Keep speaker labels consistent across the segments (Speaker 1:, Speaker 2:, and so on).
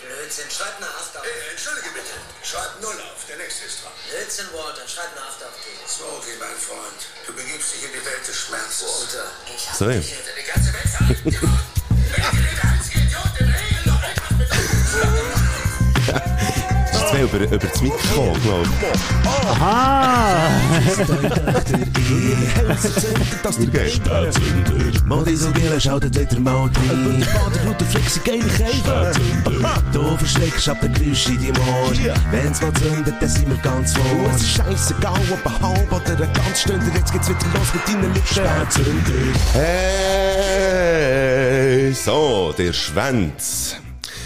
Speaker 1: Blödsinn, schreib eine Acht auf.
Speaker 2: Hey, entschuldige bitte. Schreib Null auf, der nächste ist dran.
Speaker 1: Blödsinn, Walter, schreib eine Acht auf dich.
Speaker 2: Smokey, mein Freund, du begibst dich in die Welt des Schmerzes.
Speaker 1: Walter, ich hab
Speaker 3: So.
Speaker 1: dich hinter
Speaker 2: Die ganze Welt verrückt gemacht. Wenn ich rede, als Idiot im Regel noch etwas mit
Speaker 3: Das ist zwei über, über das Mikrofon, glaube ich.
Speaker 4: Das die Geil. Modi so geil, schautet wieder Modi. Bader Router flexe Geiligkeit. Du verschreckst ab der Geräusche in deinem Ohr. Wenn's mal zündet, dann sind wir ganz vor. Es ist scheissegal, ob ein halb oder ein ganz Stunde. Jetzt geht's wieder los mit deinen Lippen. Spätzünder.
Speaker 3: Hey, so, der Schwänz.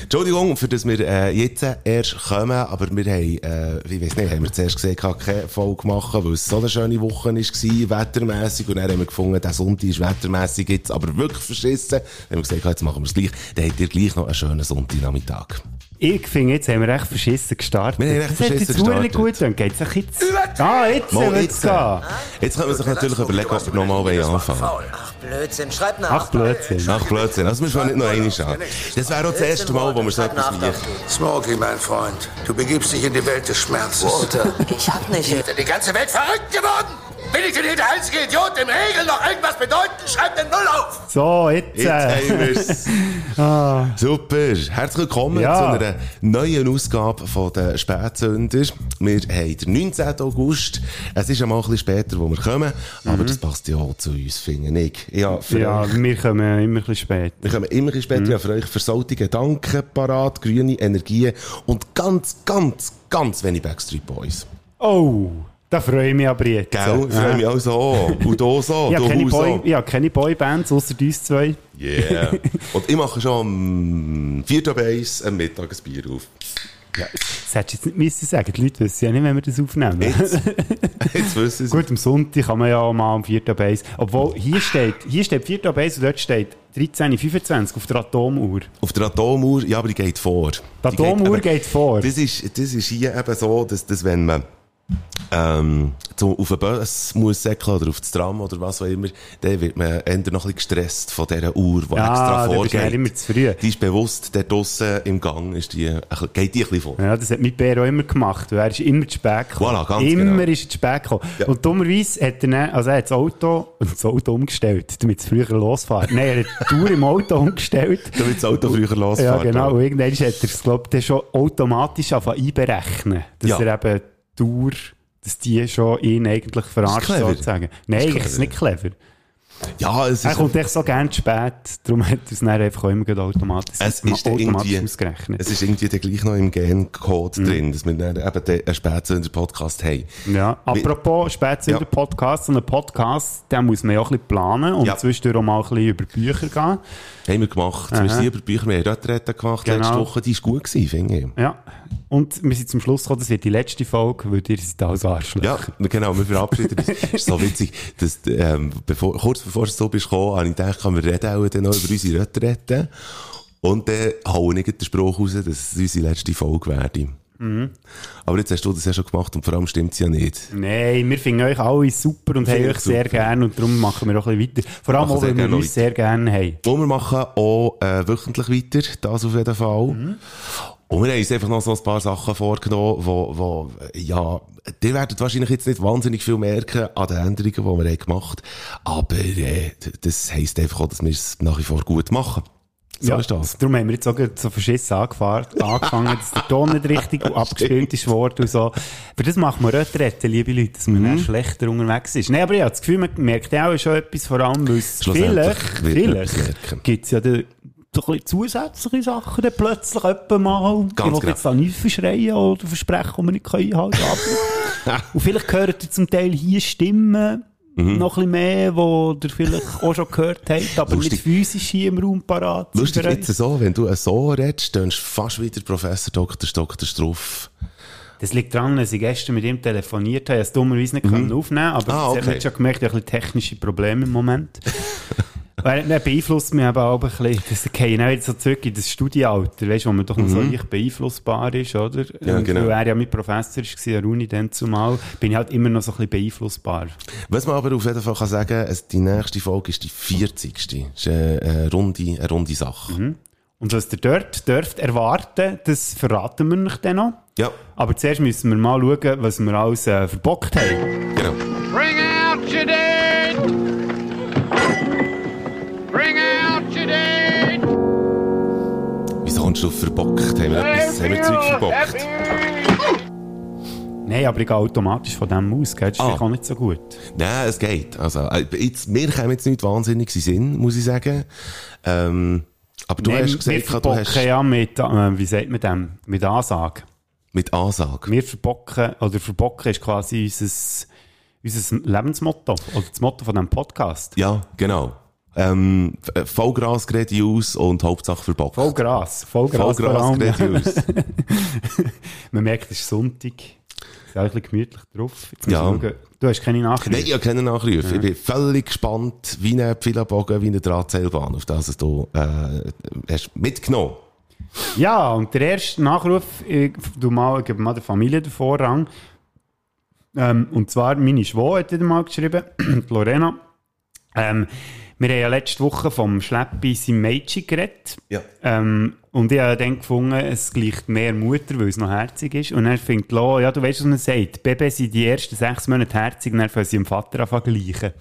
Speaker 3: Entschuldigung, für das wir äh, jetzt erst kommen, aber wir haben, äh, ich weiß nicht, haben wir zuerst gesehen, keine Folge machen, weil es so eine schöne Woche war, wettermässig, und dann haben wir gefunden, der Sonntag ist wettermässig jetzt aber wirklich verschissen. Dann haben wir gesagt, jetzt machen wir es gleich, dann habt ihr gleich noch einen schönen Sonntagnachmittag.
Speaker 5: Ich finde, jetzt haben wir echt verschissen gestartet.
Speaker 3: Wir haben echt
Speaker 5: das hat
Speaker 3: verschissen
Speaker 5: jetzt verdammt
Speaker 3: gestartet.
Speaker 5: gut und geht's auch jetzt. Ah, jetzt
Speaker 3: Mal
Speaker 5: wird's
Speaker 3: jetzt. äh,
Speaker 5: gehen.
Speaker 3: Jetzt können wir sich natürlich überlegen, ob wir nochmal anfangen wollen.
Speaker 1: Ach, Blödsinn, schreib eine
Speaker 5: Ach,
Speaker 1: Acht auf.
Speaker 5: Blödsinn.
Speaker 3: Ach, Blödsinn, das müssen wir nicht noch einmal schauen. Das wäre auch das erste Mal, wo wir so
Speaker 1: Blödsinn,
Speaker 3: etwas
Speaker 1: Walter, schreib eine
Speaker 3: machen.
Speaker 1: Acht auf dich.
Speaker 2: Smokey, mein Freund, du begibst dich in die Welt des Schmerzes.
Speaker 1: Walter, ich hab nicht hinter
Speaker 2: Ist die ganze Welt verrückt geworden? Bin ich denn hier der einzige Idiot, dem Regeln noch irgendwas bedeuten? Schreib den Null auf!
Speaker 5: So, jetzt.
Speaker 3: Jetzt haben
Speaker 5: äh,
Speaker 3: wir's. Super. Herzlich willkommen
Speaker 5: Ah. Ja.
Speaker 3: zu einer neuen Ausgabe von den Spätsünder. Wir haben den 19. August. Es ist einmal ein bisschen später, wo wir kommen. Aber das passt ja auch zu uns, finde ich. Ja, für
Speaker 5: Mhm. Ja, Mhm.
Speaker 3: euch.
Speaker 5: wir kommen immer ein bisschen spät.
Speaker 3: Wir kommen immer ein bisschen später. Ich habe für euch versaute Gedanken parat, grüne Energien und ganz, ganz, ganz wenig Backstreet Boys.
Speaker 5: Oh, da freue ich mich aber jetzt.
Speaker 3: Gell? Ich freue mich also auch so. Und du so.
Speaker 5: Ich
Speaker 3: du
Speaker 5: habe keine,
Speaker 3: Hu so.
Speaker 5: Boy, ich habe keine Boybands, außer uns zwei.
Speaker 3: Yeah. Und ich mache schon am 4. Base am Mittag ein Bier auf.
Speaker 5: Das hättest du jetzt nicht müssen sagen. Die Leute wissen ja nicht, wenn wir das aufnehmen.
Speaker 3: Jetzt, jetzt wissen sie.
Speaker 5: Gut, am Sonntag kann man ja auch mal am 4. Base. Obwohl, hier steht, hier steht 4. Base und dort steht 13.25 auf der Atomuhr.
Speaker 3: Auf der Atomuhr, ja, aber die geht vor.
Speaker 5: Die Atomuhr
Speaker 3: eben-
Speaker 5: geht vor.
Speaker 3: Das ist, das ist hier eben so, dass, dass wenn man ähm, zum, auf den Bus muss säckeln oder auf das Tram oder was auch immer, dann wird man eher noch ein bisschen gestresst von dieser Uhr, die
Speaker 5: Ja,
Speaker 3: extra
Speaker 5: dann bist du
Speaker 3: vorgeht.
Speaker 5: dann immer zu früh.
Speaker 3: Die ist bewusst, der draussen im Gang ist die, ein bisschen- geht die ein bisschen vor.
Speaker 5: Ja, das hat mein Bär auch immer gemacht, weil er ist immer zu spät gekommen.
Speaker 3: Voilà, ganz
Speaker 5: immer
Speaker 3: genau.
Speaker 5: ist er zu spät gekommen.
Speaker 3: Ja.
Speaker 5: Und dummerweise hat er, dann, also er hat das Auto, das Auto umgestellt, damit es früher losfährt. Nein, er hat die Tour im Auto umgestellt.
Speaker 3: Damit das Auto früher losfährt.
Speaker 5: Ja, genau. Und irgendwann hat er es, glaube ich, schon automatisch angefangen einberechnen, dass
Speaker 3: Ja.
Speaker 5: er eben die Tour, dass die schon ihn eigentlich verarscht,
Speaker 3: clever.
Speaker 5: sozusagen.
Speaker 3: Das
Speaker 5: Nein,
Speaker 3: ist
Speaker 5: eigentlich ist es nicht clever.
Speaker 3: Ja, es
Speaker 5: Er
Speaker 3: ist,
Speaker 5: kommt echt so gern zu spät, darum hat er es dann einfach auch immer gerade automatisch,
Speaker 3: es ist dann
Speaker 5: automatisch
Speaker 3: irgendwie,
Speaker 5: ausgerechnet. Mhm.
Speaker 3: es ist irgendwie dann gleich noch im Gencode drin, dass wir dann eben den- einen Spätsünder-Podcast haben.
Speaker 5: Ja, apropos Spätzünder
Speaker 3: Ja.
Speaker 5: Podcast, so einen Podcast, den muss man ja auch ein bisschen planen und
Speaker 3: Ja.
Speaker 5: zwischendurch auch mal ein bisschen über Bücher gehen.
Speaker 3: Haben wir gemacht. Wir sind über die Bücher, wir haben Retreten gemacht
Speaker 5: Genau.
Speaker 3: letzte Woche. Die war gut, gewesen, finde ich.
Speaker 5: Ja. Und wir sind zum Schluss gekommen, das wird die letzte Folge, weil ihr seid alles Arschlöcher.
Speaker 3: Ja, genau, wir verabschieden uns. ist so witzig, dass, ähm, bevor, kurz bevor du so bist gekommen, habe ich gedacht, können wir reden auch dann noch über unsere Retreten. Und dann hauen ich den Spruch raus, dass es unsere letzte Folge werde.
Speaker 5: Mhm.
Speaker 3: Aber jetzt hast du das ja schon gemacht und vor allem stimmt es ja nicht.
Speaker 5: Nein, wir finden euch alle super und haben
Speaker 3: Finde
Speaker 5: euch
Speaker 3: ich
Speaker 5: sehr
Speaker 3: super.
Speaker 5: gern und darum machen wir auch ein bisschen weiter. Vor allem
Speaker 3: Machen
Speaker 5: auch,
Speaker 3: sehr
Speaker 5: weil wir
Speaker 3: gerne
Speaker 5: uns
Speaker 3: weiter.
Speaker 5: sehr gerne haben.
Speaker 3: Und wir machen auch äh, wöchentlich weiter, das auf jeden Fall. Und wir haben uns einfach noch so ein paar Sachen vorgenommen, wo, wo äh, ja, ihr werdet wahrscheinlich jetzt nicht wahnsinnig viel merken an den Änderungen, die wir haben gemacht Aber äh, d- das heisst einfach auch, dass wir es nach wie vor gut machen. So
Speaker 5: ja,
Speaker 3: ist das.
Speaker 5: Darum haben wir jetzt auch gerade so verschissen angefahren, angefangen, dass der Ton nicht richtig abgespielt ist worden und so. Aber das machen wir auch retten, liebe Leute, dass
Speaker 3: Mhm.
Speaker 5: man dann schlechter unterwegs ist. Nein, aber ich habe das Gefühl, man merkt ja auch schon etwas, vor allem, weil es
Speaker 3: Schlussendlich
Speaker 5: vielleicht,
Speaker 3: wird man etwas merken.
Speaker 5: vielleicht gibt es ja dann so ein bisschen zusätzliche Sachen dann plötzlich etwa mal.
Speaker 3: Ganz
Speaker 5: ich will
Speaker 3: genau.
Speaker 5: jetzt da nicht verschreien oder versprechen, die wir nicht können halt ab. und vielleicht hört ihr zum Teil hier Stimmen,
Speaker 3: Mhm.
Speaker 5: noch ein bisschen mehr, die ihr vielleicht auch schon gehört habt, aber
Speaker 3: Lustig.
Speaker 5: nicht physisch hier im Raum parat. sind
Speaker 3: Lustig
Speaker 5: für euch.
Speaker 3: jetzt so, wenn du so redest, tönst du fast wieder Professor Dr. Dr. Struff.
Speaker 5: Das liegt daran, dass ich gestern mit ihm telefoniert habe. Ich konnte es dummerweise nicht können aufnehmen, aber
Speaker 3: Ah,
Speaker 5: ah,
Speaker 3: okay.
Speaker 5: okay. ich habe schon gemerkt, ich habe ein bisschen technische Probleme im Moment. Weil er beeinflusst mich eben auch ein bisschen. Das okay, dann wieder so zurück in das Studienalter, weißt, wo man doch noch so leicht beeinflussbar ist, oder?
Speaker 3: Mhm. Ja,
Speaker 5: Und
Speaker 3: genau.
Speaker 5: Weil er ja mein Professor war an der Uni dann zumal, bin ich halt immer noch so ein bisschen beeinflussbar.
Speaker 3: Was man aber auf jeden Fall kann sagen, es, die nächste Folge ist die 40. Das ist eine, eine, runde, eine runde Sache.
Speaker 5: Und was ihr dort dürft erwarten, das verraten wir euch dann noch.
Speaker 3: Ja,
Speaker 5: Aber zuerst müssen wir mal schauen, was wir alles äh, verbockt haben.
Speaker 3: genau.
Speaker 6: Bring out your date! Bring out your date!
Speaker 3: Wieso kommst du auf verbockt? Haben wir etwas, haben wir Zeug verbockt?
Speaker 5: Nein, aber ich gehe automatisch von dem aus, gell? Das ist
Speaker 3: Ah.
Speaker 5: vielleicht auch nicht so gut.
Speaker 3: Nein, es geht. Also, äh, jetzt, mir kommen jetzt nicht wahnsinnig in den Sinn, muss ich sagen. Ähm, aber du
Speaker 5: Nein,
Speaker 3: hast
Speaker 5: wir
Speaker 3: gesagt, du
Speaker 5: verbocken
Speaker 3: hast
Speaker 5: ja mit, äh, wie sagt man dem, mit Ansage.
Speaker 3: mit Ansage.
Speaker 5: Wir verbocken, oder verbocken ist quasi unser, unser Lebensmotto, oder das Motto von diesem Podcast.
Speaker 3: Ja, genau. Ähm, f- äh, Vollgras gerät aus und Hauptsache verbockt.
Speaker 5: Voll Gras, voll Gras vor
Speaker 3: Vollgras
Speaker 5: allem.
Speaker 3: gerät aus.
Speaker 5: Man merkt, es ist Sonntag. Ist auch ein bisschen gemütlich drauf. Jetzt muss
Speaker 3: Ja.
Speaker 5: ich schauen. Du hast keine Nachricht.
Speaker 3: Nein, ich habe keinen Nachruf. Ich bin völlig gespannt, wie ein Pfilabogen, wie eine Drahtseilbahn, auf das was du äh, hast mitgenommen
Speaker 5: Ja, und der erste Nachruf, ich du mal, ich gebe mal der Familie den Vorrang. Ähm, und zwar, meine Schwau hat wieder mal geschrieben, die Lorena. Ähm, wir haben ja letzte Woche vom Schleppi sein Mädchen geredet.
Speaker 3: Ja.
Speaker 5: Ähm, und ich habe dann gefunden, es gleicht mehr Mutter, weil es noch herzig ist. Und er findet, Lo, ja, du weißt, was man sagt. Bebe sind die ersten sechs Monate herzig, und dann fangen sie dem Vater an zu vergleichen.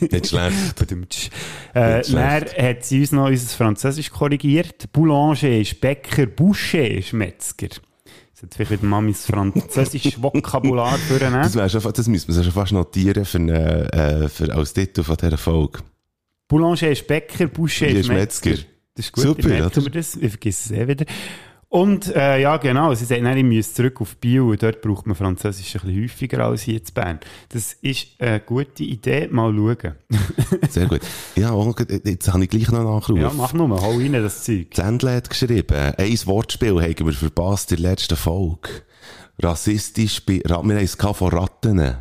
Speaker 3: Nicht schlecht.
Speaker 5: Verdammt. Äh,
Speaker 3: Nicht schlecht.
Speaker 5: dann hat sie uns noch unser Französisch korrigiert. Boulanger ist Bäcker, Boucher ist Metzger. Das hat vielleicht wieder mal mein französisches Vokabular vornehmen.
Speaker 3: Das, wär schon, fa- das müsste man schon fast notieren für, eine, äh, für als Titel von dieser Folge.
Speaker 5: Boulanger ist Bäcker, Boucher
Speaker 3: Hier
Speaker 5: ist
Speaker 3: ist
Speaker 5: Metzger.
Speaker 3: Metzger.
Speaker 5: Das ist gut,
Speaker 3: Super,
Speaker 5: ich merke
Speaker 3: oder?
Speaker 5: mir das. Ich vergesse es eh wieder. Und äh, ja, genau, sie sagt, nein, ich muss zurück auf Bio und dort braucht man Französisch ein bisschen häufiger als hier in Bern. Das ist eine gute Idee, mal schauen.
Speaker 3: Sehr gut. Ja, und jetzt habe ich gleich noch einen Nachruf.
Speaker 5: Ja, mach nur, hol rein das Zeug.
Speaker 3: Zendle hat geschrieben, äh, ein Wortspiel haben wir verpasst in der letzten Folge. Rassistisch, bei, Ra- wir haben es gehabt von Ratten.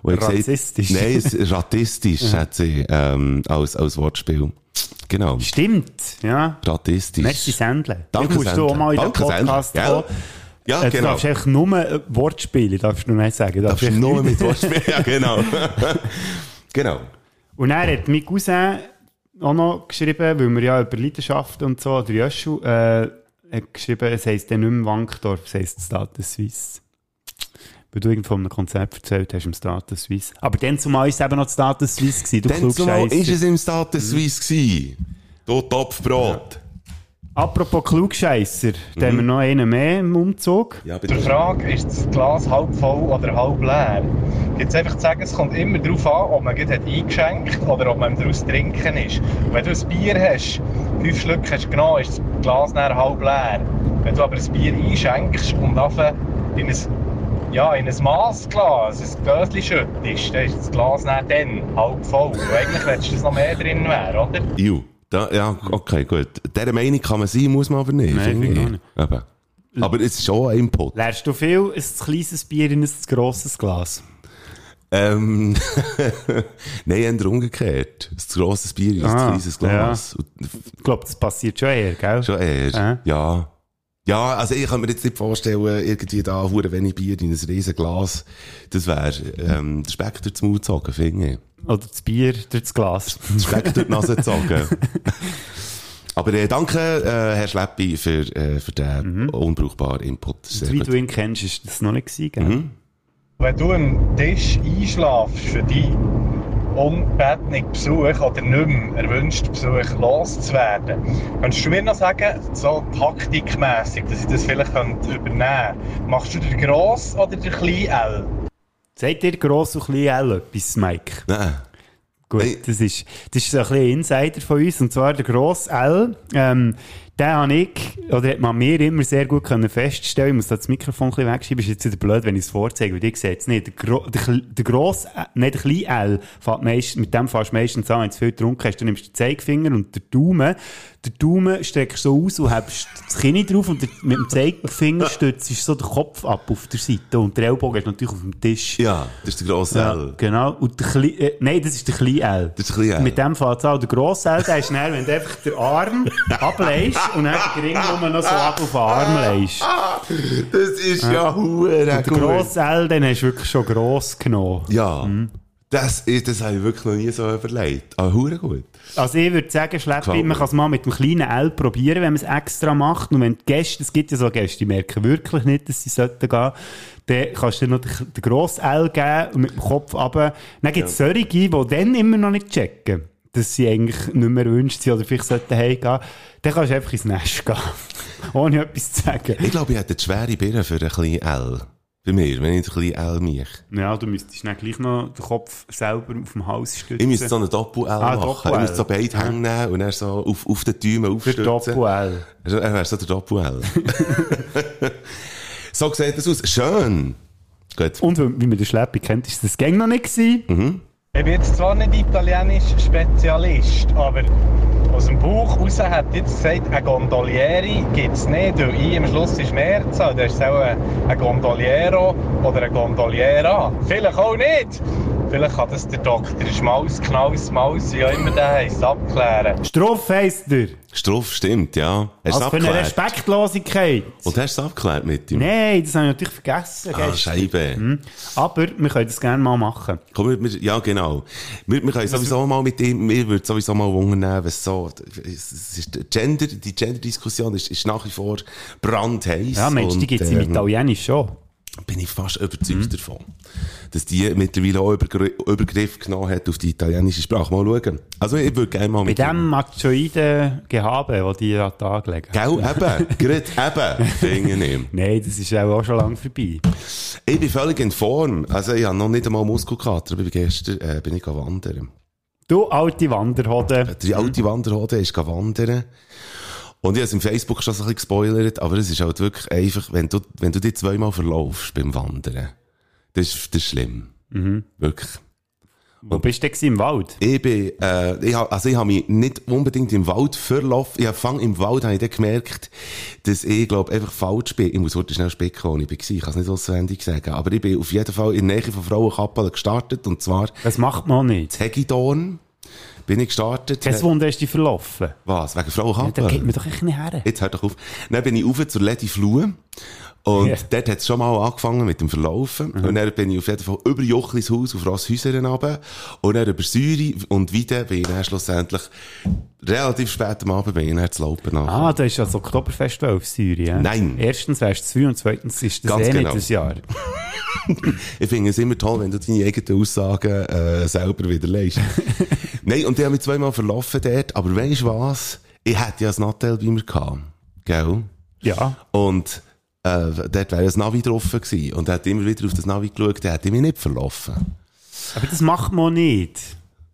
Speaker 3: Und ich
Speaker 5: Rassistisch.
Speaker 3: Gesagt, nein, es, ratistisch, hat sie, ähm, als, als Wortspiel. Genau.
Speaker 5: Stimmt, ja.
Speaker 3: Ratistisch.
Speaker 5: Merci Sendle.
Speaker 3: Danke,
Speaker 5: ich muss du
Speaker 3: Sendle.
Speaker 5: auch mal in den
Speaker 3: Danke, Sendle.
Speaker 5: Podcast
Speaker 3: Gell?
Speaker 5: kommen.
Speaker 3: Ja,
Speaker 5: Äh, Du
Speaker 3: genau.
Speaker 5: darfst einfach nur äh, Wortspiele, darfst du nicht sagen. Darfst
Speaker 3: Darfst
Speaker 5: echt
Speaker 3: nur
Speaker 5: nicht.
Speaker 3: mit Wortspielen, ja, genau. genau.
Speaker 5: Und er hat mein Cousin auch noch geschrieben, weil wir ja über Leidenschaften und so, der Jöschel, äh, hat geschrieben, es heisst dann nicht mehr Wankdorf, es heisst Status Suisse. Weil du irgend von einem Konzert erzählt hast im Status Suisse. Aber dann zumal war es eben noch das Status Suisse, gewesen, du
Speaker 3: Dann zumal
Speaker 5: Klugscheisser.
Speaker 3: ist es im Status Suisse gewesen. Du Topfbrot.
Speaker 5: Apropos Klugscheisser, da
Speaker 3: Mhm.
Speaker 5: haben wir noch einen mehr im Umzug.
Speaker 3: Ja,
Speaker 7: Zur Frage, ist das Glas halb voll oder halb leer? Gibt es einfach zu sagen, es kommt immer darauf an, ob man gerade hat eingeschenkt oder ob man daraus trinken ist. Wenn du ein Bier hast, fünf Schlücke hast du genommen, ist das Glas nachher halb leer. Wenn du aber ein Bier einschenkst und nachher in ein, ja, in ein Massglas, ein Gläschen schüttest, dann ist das Glas nachher dann halb voll. Und eigentlich willst du, dass noch mehr drin wäre, oder?
Speaker 3: Ju. Da, ja, okay, gut. Dieser Meinung kann man sein, muss man aber nicht.
Speaker 5: Nein,
Speaker 3: finde
Speaker 5: finde ich
Speaker 3: ich. Eben. Aber es ist schon ein Input.
Speaker 5: Lernst du viel ein zu kleines Bier in ein zu grosses Glas?
Speaker 3: Ähm, nein, eher umgekehrt. Ein zu grosses Bier in ein
Speaker 5: Ah,
Speaker 3: zu kleines Glas. Und
Speaker 5: Ich glaube, das passiert schon eher, gell?
Speaker 3: Schon eher.
Speaker 5: Äh?
Speaker 3: Ja. Ja, also ich kann mir jetzt nicht vorstellen, irgendwie da hure wenig Bier in ein riesen Glas. Das wäre ähm, der Speck durch den Mund zogen, finde ich.
Speaker 5: Oder das Bier durch das Glas.
Speaker 3: Den Speck durch die Nase zogen. Aber äh, danke, äh, Herr Schleppi, für, äh, für
Speaker 5: Mhm.
Speaker 3: den unbrauchbaren Input. Sehr
Speaker 5: Wie
Speaker 3: gut. Mhm.
Speaker 5: du ihn kennst, ist das noch nicht gewesen, gell?
Speaker 7: Wenn du am Tisch einschlafst für dich ungebetenen Besuch oder nicht mehr erwünschten Besuch loszuwerden, kannst du mir noch sagen, so taktikmässig, dass ich das vielleicht könnte übernehmen könnte, machst du den Gross oder den Klein L?
Speaker 5: Seid ihr gross und klein L etwas, Mike?
Speaker 3: Nein.
Speaker 5: Gut,
Speaker 3: Nein.
Speaker 5: das ist, das ist so ein bisschen ein Insider von uns, und zwar der gross L. Ähm, den habe ich, oder hat man mir immer sehr gut können feststellen Ich muss da das Mikrofon ein bisschen wegschieben, ist jetzt wieder blöd, wenn ich es vorzeige, weil ich sehe es nicht. Der, Gro der, Kle- der gross, Ä- nein, der kleine L, fährt meist, mit dem fährst du meistens an, wenn du zu viel getrunken hast, du nimmst den Zeigefinger und den Daumen, den Daumen streckst du so aus und hebst das Kinn drauf und der, mit dem Zeigefinger stützt du so den Kopf ab auf der Seite und der Ellbogen ist natürlich auf dem Tisch.
Speaker 3: Ja, das ist der grosse
Speaker 5: Ja,
Speaker 3: L.
Speaker 5: genau. Und der Kle äh, nein, das ist der Klein-L.
Speaker 3: Das ist der Klein-L.
Speaker 5: Mit dem fährt es auch. Der Gross-L, der ist dann, wenn du einfach den Arm ableist und dann den Ring rum noch so ab auf den Arm leist.
Speaker 3: Das ist ja hure
Speaker 5: Der Gross-L, den hast du wirklich schon gross genommen.
Speaker 3: Ja. Das, ist, das habe ich wirklich noch nie so überlegt. Ah, hure gut.
Speaker 5: Also ich würde sagen, Schleppi,
Speaker 3: Klar.
Speaker 5: man kann es mal mit dem kleinen L probieren, wenn man es extra macht. Und wenn die Gäste, es gibt ja so Gäste, die merken wirklich nicht, dass sie sollten gehen, dann kannst du dir noch den, den grossen L geben und mit dem Kopf runter. Dann gibt es solche, die dann immer noch nicht checken, dass sie eigentlich nicht mehr erwünscht sind oder vielleicht sollten heimgehen. Dann kannst du einfach ins Nest gehen, ohne etwas zu sagen.
Speaker 3: Ich glaube, ich hätte eine schwere Birne für ein kleines L. Bei mir, wenn ich ein kleines L mich.
Speaker 5: Ja, du müsstest dann gleich noch den Kopf selber auf dem Hals stützen.
Speaker 3: Ich müsste so eine Doppel-L
Speaker 5: Ah,
Speaker 3: machen.
Speaker 5: Doppel-L.
Speaker 3: Ich müsste so beide Hände nehmen und dann so auf, auf den Daumen
Speaker 5: Der
Speaker 3: aufstützen.
Speaker 5: Doppel-L.
Speaker 3: Also, Er wäre so der Doppel-L. so sieht das aus. Schön. Gut.
Speaker 5: Und wie man den Schleppi kennt, ist das Gang noch nicht gewesen.
Speaker 3: Mhm.
Speaker 7: Ich bin jetzt zwar nicht Italienisch-Spezialist, aber aus dem Bauch raus hat jetzt gesagt, eine Gondolieri gibt es nicht, weil I am Schluss ist März, da ist es auch ein, ein Gondoliero oder eine Gondoliera. Vielleicht auch nicht. Vielleicht kann das der Doktor Schmaus, Knaus, Maus, wie auch immer der heisst, abklären.
Speaker 5: Stroff heisst er.
Speaker 3: Struff, stimmt, ja. Hast du es
Speaker 5: Was Also für eine
Speaker 3: abgeklärt?
Speaker 5: Respektlosigkeit.
Speaker 3: Und hast du es abgeklärt mit ihm?
Speaker 5: Nein, das habe ich natürlich vergessen.
Speaker 3: Ah,
Speaker 5: gestern.
Speaker 3: Scheibe.
Speaker 5: Hm. Aber wir können das gerne mal machen.
Speaker 3: Komm, wir, wir, ja, genau. Wir, wir können
Speaker 5: Also-
Speaker 3: sowieso mal mit ihm, wir würden sowieso mal wundern, was so, es es ist, Gender, die Gender-Diskussion ist, ist nach wie vor brandheiß.
Speaker 5: Ja, Mensch, die
Speaker 3: Und,
Speaker 5: gibt es im
Speaker 3: ähm,
Speaker 5: Italienisch schon.
Speaker 3: Bin ich fast
Speaker 5: Mhm.
Speaker 3: überzeugt davon, dass die mittlerweile auch Übergr Übergriff genommen hat auf die italienische Sprache. Mal schauen. Also, ich würde gerne mal
Speaker 5: Bei
Speaker 3: mit
Speaker 5: dem machoiden Gehabe, das die an den Tag legen.
Speaker 3: Gell, eben, gerade eben, Dinge ich.
Speaker 5: Nein, das ist auch auch schon lange vorbei.
Speaker 3: Ich bin völlig in Form. Also, ich habe noch nicht einmal Muskelkater, aber gestern äh, bin ich gegangen wandern.
Speaker 5: Du alte Wanderhode.
Speaker 3: Die alte Wanderhode ist gegangen wandern. Und ich habe es im Facebook schon so ein bisschen gespoilert, aber es ist halt wirklich einfach, wenn du, wenn du dich zweimal verlaufst beim Wandern, das ist, das ist schlimm.
Speaker 5: Mhm.
Speaker 3: Wirklich.
Speaker 5: Wo bist du denn gewesen? im Wald?
Speaker 3: Ich bin, äh, ich hab, also ich habe mich nicht unbedingt im Wald verlaufen. Ich hab fang im Wald, habe ich dann gemerkt, dass ich, glaube einfach falsch bin. Ich muss heute schnell spät kommen, ich bin gewesen. Ich kann es nicht auswendig sagen. Aber ich bin auf jeden Fall in der Nähe von Frauenkappel gestartet, und zwar
Speaker 5: Das macht man auch nicht.
Speaker 3: Tegidorn bin ich gestartet.
Speaker 5: Kein Wunder hast du dich verlaufen.
Speaker 3: Was? Wegen
Speaker 5: Ja, da
Speaker 3: Frauenkappel?
Speaker 5: geht man doch echt nicht her.
Speaker 3: Jetzt hört doch auf. Dann bin ich rauf zur Lady Flue. Und
Speaker 5: Ja. Mhm.
Speaker 3: dort hat es schon mal angefangen mit dem Verlaufen. Und dann bin ich auf jeden Fall über Jochlis Haus auf Rosshäuser runter. Und dann über Säure und wieder bin ich dann schlussendlich relativ spät am Abend bin ich dann zu Laupen angefangen.
Speaker 5: Ah, da ist ja das Oktoberfest auf Syrien.
Speaker 3: Nein.
Speaker 5: Erstens wärst du zu früh und zweitens ist das
Speaker 3: Ganz
Speaker 5: eh
Speaker 3: genau.
Speaker 5: nicht das Jahr.
Speaker 3: Ich finde es immer toll, wenn du deine eigenen Aussagen äh, selber widerlegst. Nein, und die haben mich zweimal verlaufen dort. Aber weisst du was? Ich hätte ja das Nattel bei mir gehabt. Gell?
Speaker 5: Ja.
Speaker 3: Und äh, dort wäre ein Navi drauf gewesen. Und er hat immer wieder auf das Navi geschaut, der hat mich nicht verlaufen.
Speaker 5: Aber das macht man nicht.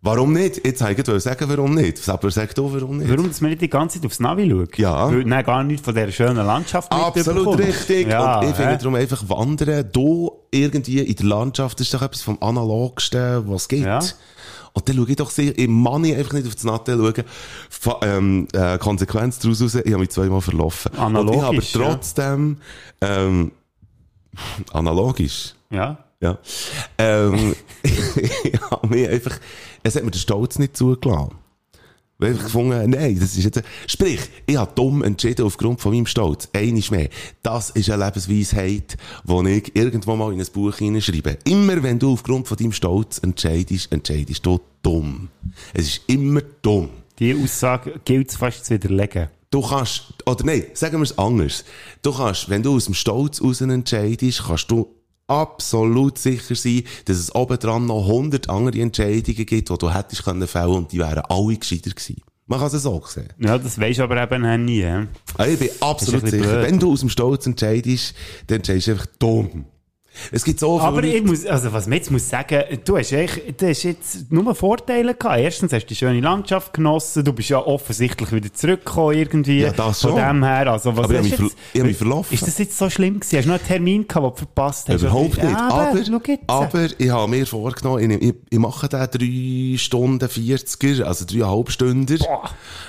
Speaker 3: Warum nicht? Jetzt habe ich gerade sagen, warum nicht. Aber sag du, warum nicht?
Speaker 5: Warum, dass man nicht die ganze Zeit aufs Navi schaut?
Speaker 3: Ja.
Speaker 5: Weil man gar nichts von dieser schönen Landschaft
Speaker 3: Absolut
Speaker 5: mitbekommt.
Speaker 3: richtig.
Speaker 5: Ja,
Speaker 3: und ich finde
Speaker 5: äh.
Speaker 3: darum einfach wandern, du irgendwie in der Landschaft, das ist doch etwas vom Analogsten, was es gibt.
Speaker 5: Ja.
Speaker 3: Und dann schaue ich doch sehr, ich kann ich einfach nicht auf das Nattel schauen. Fa ähm, äh, Konsequenz daraus raus, ich habe mich zweimal verlaufen. und
Speaker 5: Analogisch,
Speaker 3: ich habe aber trotzdem, ähm, analogisch.
Speaker 5: Ja.
Speaker 3: Ja. Ähm, ich habe mir einfach, es hat mir den Stolz nicht zugelassen. Weil ich gefunden, nein, das ist jetzt, sprich, ich habe dumm entschieden aufgrund von meinem Stolz. Eines mehr. Das ist eine Lebensweisheit, die ich irgendwo mal in ein Buch hineinschreibe. Immer wenn du aufgrund von deinem Stolz entscheidest, entscheidest du dumm. Es ist immer dumm.
Speaker 5: Die Aussage gilt es fast zu widerlegen.
Speaker 3: Du kannst, oder nein, sagen wir es anders. Du kannst, wenn du aus dem Stolz raus entscheidest, kannst du absolut sicher sein, dass es obendran noch 100 andere Entscheidungen gibt, die du hättest können fällen und die wären alle gescheiter gewesen. Man kann es so sehen.
Speaker 5: Ja, das weisst du aber eben auch nie. hä?
Speaker 3: Also Ich bin absolut
Speaker 5: Das ist ein bisschen
Speaker 3: sicher,
Speaker 5: blöd.
Speaker 3: wenn du aus dem Stolz entscheidest, dann entscheidest du einfach dumm. Es gibt so viele
Speaker 5: Aber
Speaker 3: Leute-
Speaker 5: ich muss, also was man jetzt muss sagen, du hast, echt, du hast jetzt nur Vorteile gehabt. Erstens hast du die schöne Landschaft genossen, du bist ja offensichtlich wieder zurückgekommen irgendwie.
Speaker 3: Ja, das
Speaker 5: Von
Speaker 3: schon.
Speaker 5: dem her, also was
Speaker 3: Aber ich
Speaker 5: hast
Speaker 3: habe
Speaker 5: du
Speaker 3: mich,
Speaker 5: jetzt-
Speaker 3: ver ich habe mich verlaufen.
Speaker 5: Ist das jetzt so schlimm gewesen? Hast du noch einen Termin gehabt, den du verpasst hast?
Speaker 3: Überhaupt nicht.
Speaker 5: Ja,
Speaker 3: aber,
Speaker 5: schau jetzt.
Speaker 3: aber ich habe mir vorgenommen, ich, ich, ich mache den 3 Stunden 40er, also 3,5 Stunden.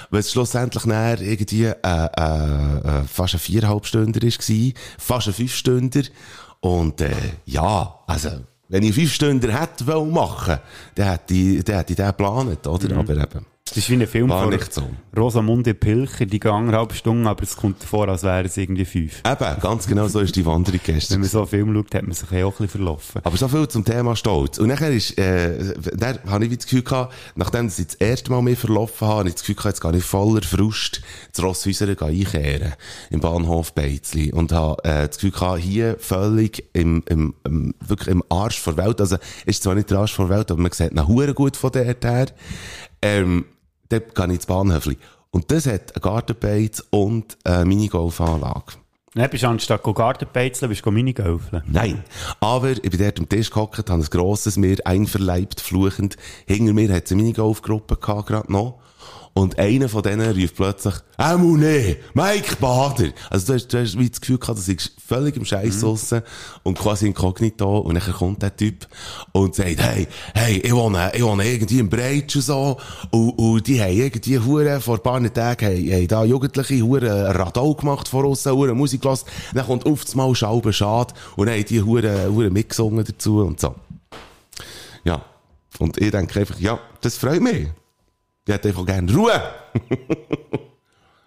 Speaker 3: Weil es schlussendlich näher irgendwie äh, äh, äh, fast ein 4,5 Stunder war, fast ein 5 Stunder. Und äh, ja, also,
Speaker 5: Mhm.
Speaker 3: wenn ich 5 Stunden hätte wollen machen, dann hätte ich, dann hätte ich den geplant, oder? Aber eben.
Speaker 5: Das ist wie ein Film
Speaker 3: War
Speaker 5: von
Speaker 3: nicht so.
Speaker 5: Rosamunde Pilcher, die geht anderthalb Stunden, aber es kommt vor, als wären es irgendwie fünf.
Speaker 3: Eben, ganz genau so ist die Wanderung
Speaker 5: Wenn
Speaker 3: gestern.
Speaker 5: man so einen Film schaut, hat man sich eh auch ein bisschen verlaufen.
Speaker 3: Aber so viel zum Thema Stolz. Und nachher ist, äh, dann habe ich wie das Gefühl gehabt, nachdem ich das erste Mal mehr verlaufen habe, habe ich das Gefühl gehabt, jetzt gehe ich voller Frust zu Rosshäusern gehen einkehren. Im Bahnhof Beizli. Und habe, äh, das Gefühl gehabt, hier völlig im, im, im, wirklich im Arsch vor Welt. Also, ist zwar nicht der Arsch vor Welt, aber man sieht nach Huren gut von der her. Ähm, dort gehe ich ins Bahnhöfli. Und das hat ein Gartenbeiz und äh, eine Minigolfanlage.
Speaker 5: Dann bist du anstatt go Gartenbeizeln, bist du go Minigolfen.
Speaker 3: Nein. Aber ich bin dort am Tisch gehockt, habe ein grosses Meer einverleibt, fluchend. Hinter mir hat es eine Minigolfgruppe gehabt, gerade noch. Und einer von denen rief plötzlich, «Emu, nee, Mike Bader!» Also du hast, du hast wie das Gefühl gehabt, du seist völlig im Scheiß draussen und quasi inkognito. Und dann kommt der Typ und sagt, «Hey, hey, ich wohne, ich wohne irgendwie im Breitsch und so.» und, und die haben irgendwie Huren vor ein paar Tagen, haben, haben da Jugendliche Huren Radau gemacht vor uns, Huren Musik gelassen. Dann kommt auf das Mal Schauben Schad und dann haben die Huren, Huren mitgesungen dazu und so. Ja. Und ich denke einfach, ja, das freut mich. Ich hätte einfach gerne Ruhe.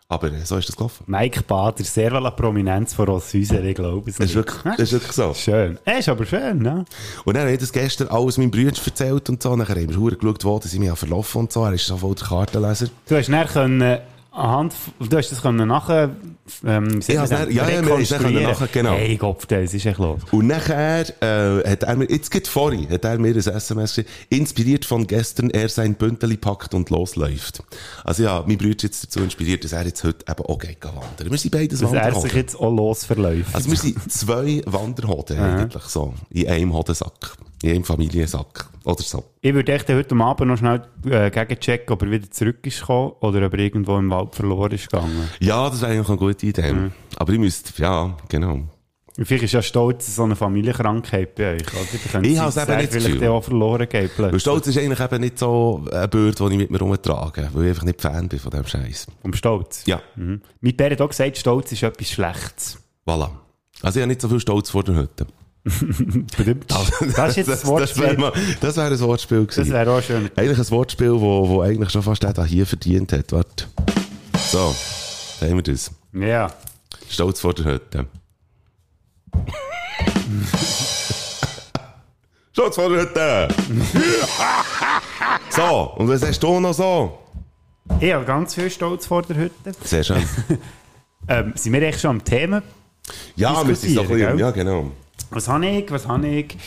Speaker 3: Aber äh, so ist das gelaufen.
Speaker 5: Mike Bader, sehr wohl eine Prominenz von Rosshäuser, ich glaube es
Speaker 3: Das
Speaker 5: nicht.
Speaker 3: ist wirklich, das ist wirklich so.
Speaker 5: Schön. Äh, ist aber schön, ne?
Speaker 3: Und dann habe ich das gestern alles meinem Bruder erzählt und so. Nachher haben wir verdammt geschaut, wo dass ich mich habe verlaufen und so. Er ist so voll der Kartenleser.
Speaker 5: Du hast dann können, anhand, du hast das können nachher, ähm, wie sagt
Speaker 3: Ich
Speaker 5: man
Speaker 3: hab's
Speaker 5: dem?
Speaker 3: dann- ja, ja, wir haben es dann
Speaker 5: Rekonstruieren.
Speaker 3: können nachher, genau.
Speaker 5: Hey Gott, das ist echt los.
Speaker 3: Und nachher äh, hat er mir, jetzt geht vorhin, hat er mir ein SMS geschrieben, inspiriert von gestern, er sein Bündeli packt und losläuft. Also ja, mein Bruder ist jetzt dazu inspiriert, dass er jetzt heute eben auch geht wandern. Wir sind beides
Speaker 5: Dass er sich
Speaker 3: Wanderhoden.
Speaker 5: jetzt auch losverläuft.
Speaker 3: Also wir sind zwei Wanderhoden eigentlich so, in einem Hodensack, in einem Familiensack oder so.
Speaker 5: Ich würde echt heute Abend noch schnell äh, gegenchecken, ob er wieder zurück ist gekommen oder ob er irgendwo im Wald verloren ist gegangen.
Speaker 3: Ja, das wäre eigentlich eine gute Idee.
Speaker 5: Mhm.
Speaker 3: Aber ich müsste, ja, genau.
Speaker 5: Und Vielleicht ist ja stolz so eine Familienkrankheit bei euch, oder? Da könnte
Speaker 3: Ich
Speaker 5: es
Speaker 3: hab's
Speaker 5: sein,
Speaker 3: eben
Speaker 5: dass
Speaker 3: nicht
Speaker 5: er
Speaker 3: das
Speaker 5: vielleicht
Speaker 3: Gefühl.
Speaker 5: dann auch verloren geht
Speaker 3: Weil
Speaker 5: plötzlich.
Speaker 3: Stolz ist eigentlich eben nicht so eine Bürde, die ich mit mir rumtrage, weil ich einfach nicht Fan bin von dem Scheiß.
Speaker 5: Vom Stolz.
Speaker 3: Ja,
Speaker 5: Mhm. Mein Bär hat auch gesagt, Stolz ist etwas Schlechtes.
Speaker 3: voilà. Also ich habe nicht so viel Stolz vor der Hütte.
Speaker 5: das ist jetzt das,
Speaker 3: Das wäre
Speaker 5: Wortspiel.
Speaker 3: mal- das wäre ein Wortspiel
Speaker 5: Das
Speaker 3: gewesen.
Speaker 5: wäre auch schön.
Speaker 3: eigentlich ein Wortspiel, wo, wo eigentlich schon fast jeder hier verdient hat. Warte. So, da haben wir das.
Speaker 5: Ja.
Speaker 3: Stolz vor der Hütte. Stolz vor der Hütte! so, und was hast du noch so?
Speaker 5: Ich habe ganz viel Stolz vor der Hütte.
Speaker 3: Sehr schön.
Speaker 5: Ähm, sind wir echt schon am Thema?
Speaker 3: Ja, wir sind so ein
Speaker 5: Diskutieren,
Speaker 3: bisschen,
Speaker 5: gell?
Speaker 3: ja genau.
Speaker 5: Was habe ich? Was habe ich?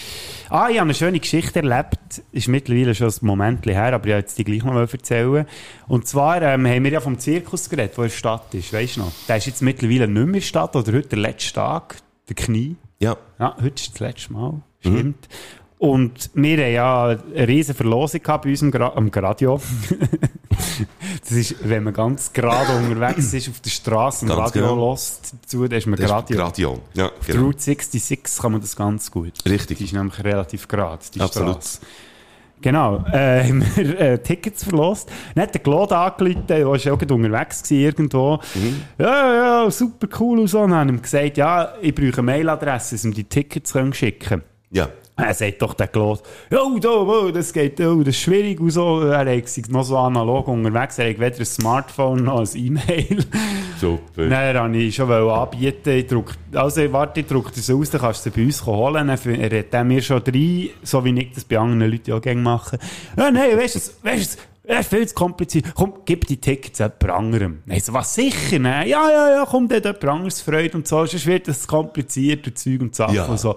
Speaker 5: Ah, ich habe eine schöne Geschichte erlebt. Ist mittlerweile schon ein Moment her, aber ich wollte jetzt die gleich mal erzählen. Und zwar ähm, haben wir ja vom Zirkus geredet, der in der Stadt ist. Weißt du noch? Der ist jetzt mittlerweile nicht mehr in der Stadt oder heute der letzte Tag, der Knie.
Speaker 3: Ja,
Speaker 5: Ja, heute ist das letzte Mal. Stimmt. Und wir haben ja eine riesen Verlosung gehabt bei uns am, Gra am Radio. das ist, wenn man ganz gerade unterwegs ist auf der Straße und
Speaker 3: Ganz
Speaker 5: Radio
Speaker 3: genau.
Speaker 5: lost zu, dann ist man
Speaker 3: das
Speaker 5: Radio.
Speaker 3: ist Radio. Ja,
Speaker 5: Auf
Speaker 3: genau.
Speaker 5: Route 66 kann man das ganz gut.
Speaker 3: Richtig.
Speaker 5: Die ist nämlich relativ gerade, die
Speaker 3: Absolut.
Speaker 5: Straße. Genau, äh, haben wir äh, Tickets verlost. Dann hat der Claude angerufen, der war schon unterwegs gewesen, irgendwo.
Speaker 3: Mhm.
Speaker 5: Ja, ja, super cool und so. Und haben ihm gesagt, ja, ich brauche eine Mailadresse, um die Tickets zu schicken können.
Speaker 3: Ja.
Speaker 5: Er sagt doch der Claude, «Jo, da, oh, das geht, oh, das ist schwierig» und so. Er ist noch so analog unterwegs, er hat weder ein Smartphone noch ein E-Mail.
Speaker 3: Super.
Speaker 5: Nein, habe ich schon wollte anbieten. Ich druck, also, ich warte, ich drücke das aus, dann kannst du es bei uns holen. Dann fin- Er hat dann mir schon drei, so wie ich das bei anderen Leuten auch gerne mache. Ja, nein, weißt du, es- weißt du, es ist viel zu kompliziert. Komm, gib die Tickets jemand anderem. Nein, so, was sicher, ne? Ja, ja, ja, komm, der hat jemand anderes Freude und so. Sonst wird das kompliziert und Zeug und Sachen
Speaker 3: Ja.
Speaker 5: und so.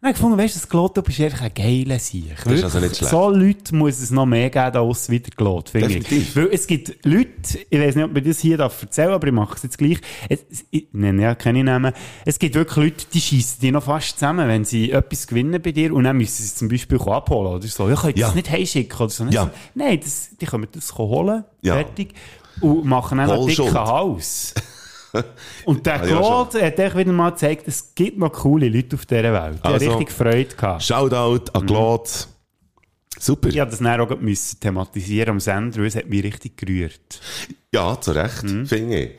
Speaker 5: Dann habe ich gefunden, weißt du, das Glot, du bist einfach ein geiler Sieg.
Speaker 3: ist also nicht schlecht.
Speaker 5: So Leute muss es noch mehr geben, da aussen wie der Glot, finde
Speaker 3: Definitiv.
Speaker 5: ich. Weil es gibt Leute, ich weiß nicht, ob man das hier darf erzählen aber ich mache es jetzt gleich. Es, es- ich nenne ja keine Namen. Es gibt wirklich Leute, die schießen die noch fast zusammen, wenn sie etwas gewinnen bei dir und dann müssen sie es zum Beispiel abholen oder so. Ja, könnt ihr
Speaker 3: Ja.
Speaker 5: das nicht heimschicken oder so.
Speaker 3: Ja.
Speaker 5: Nein, das, die können das holen,
Speaker 3: Ja.
Speaker 5: fertig. Und machen dann einen
Speaker 3: Holschuld.
Speaker 5: dicken Hals. Und der
Speaker 3: Ah, ja,
Speaker 5: Claude hat euch wieder mal gezeigt, es gibt noch coole Leute auf dieser Welt. Die
Speaker 3: Also,
Speaker 5: haben richtig Freude gehabt.
Speaker 3: Shoutout an Claude. Super.
Speaker 5: Ich
Speaker 3: Ja.
Speaker 5: musste das dann auch gleich müssen thematisieren am Sender, weil es hat mich richtig gerührt.
Speaker 3: zu Recht. Finde ich.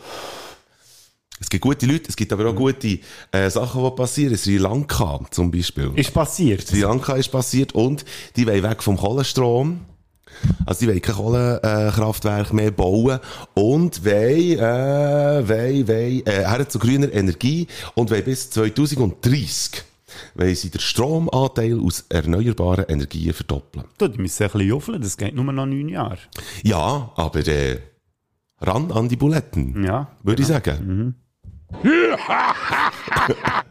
Speaker 3: Es gibt gute Leute, es gibt aber auch gute äh, Sachen, die passieren. In Sri Lanka zum Beispiel.
Speaker 5: Ist passiert.
Speaker 3: Sri Lanka ist passiert und die wollen weg vom Kohlestrom. Also die wollen kein Kohlekraftwerk mehr bauen und wollen, äh, wollen, wollen, äh, her zu grüner Energie und wollen bis 2030 wollen sie den Stromanteil aus erneuerbaren Energien verdoppeln.
Speaker 5: Du, die müssen ein bisschen juffeln, das geht nur noch neun Jahre.
Speaker 3: Ja, aber äh, ran an die Buletten,
Speaker 5: Ja. Mhm.
Speaker 3: würde ich sagen.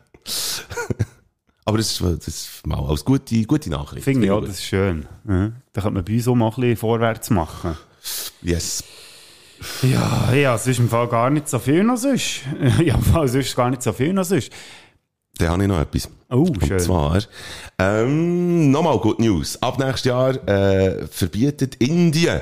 Speaker 3: aber das ist, das ist mal als gute, gute Nachricht.
Speaker 5: Finde ich auch,
Speaker 3: gut.
Speaker 5: das ist schön. Ja. Da könnte man bei uns auch mal ein bisschen vorwärts machen.
Speaker 3: Yes.
Speaker 5: Ja, ja, sonst im Fall gar nicht so viel noch sonst. Ja, im Fall sonst gar nicht so viel noch sonst.
Speaker 3: Dann habe ich noch etwas.
Speaker 5: Oh, schön.
Speaker 3: Und zwar, ähm, nochmal Good News. Ab nächstes Jahr äh, verbietet Indien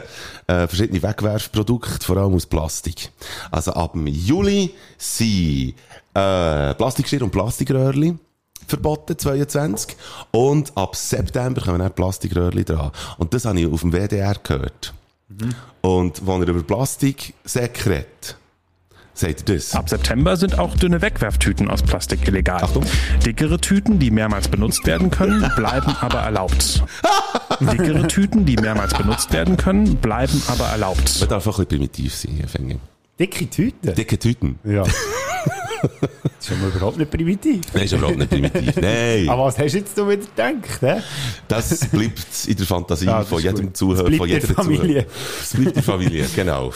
Speaker 3: äh, verschiedene Wegwerfprodukte, vor allem aus Plastik. Also ab dem Juli sind äh, Plastikgeschirr und Plastikröhrchen verboten, 22. Und ab September kommen dann Plastikröhrchen dran. Und das habe ich auf dem WDR gehört.
Speaker 5: Mhm.
Speaker 3: Und wenn er über Plastiksäcke redet, sagt er das.
Speaker 8: Ab September sind auch dünne Wegwerftüten aus Plastik illegal.
Speaker 3: Achtung.
Speaker 8: Dickere Tüten, die mehrmals benutzt werden können, bleiben aber erlaubt. Dickere Tüten, die mehrmals benutzt werden können, bleiben aber erlaubt.
Speaker 3: Man darf auch ein bisschen primitiv sein, finde ich.
Speaker 5: Dicke Tüte.
Speaker 3: Dicke Tüten.
Speaker 5: Ja. das ist ja mal überhaupt nicht primitiv.
Speaker 3: Nein, ist überhaupt nicht primitiv. Nein,
Speaker 5: Aber was hast jetzt du wieder gedacht? He?
Speaker 3: das bleibt in der Fantasie
Speaker 5: Ja, das
Speaker 3: von
Speaker 5: ist
Speaker 3: jedem
Speaker 5: gut.
Speaker 3: Zuhörer,
Speaker 5: Es bleibt
Speaker 3: von
Speaker 5: der
Speaker 3: jeder
Speaker 5: Familie.
Speaker 3: Zuhörer. Es bleibt der Familie, genau.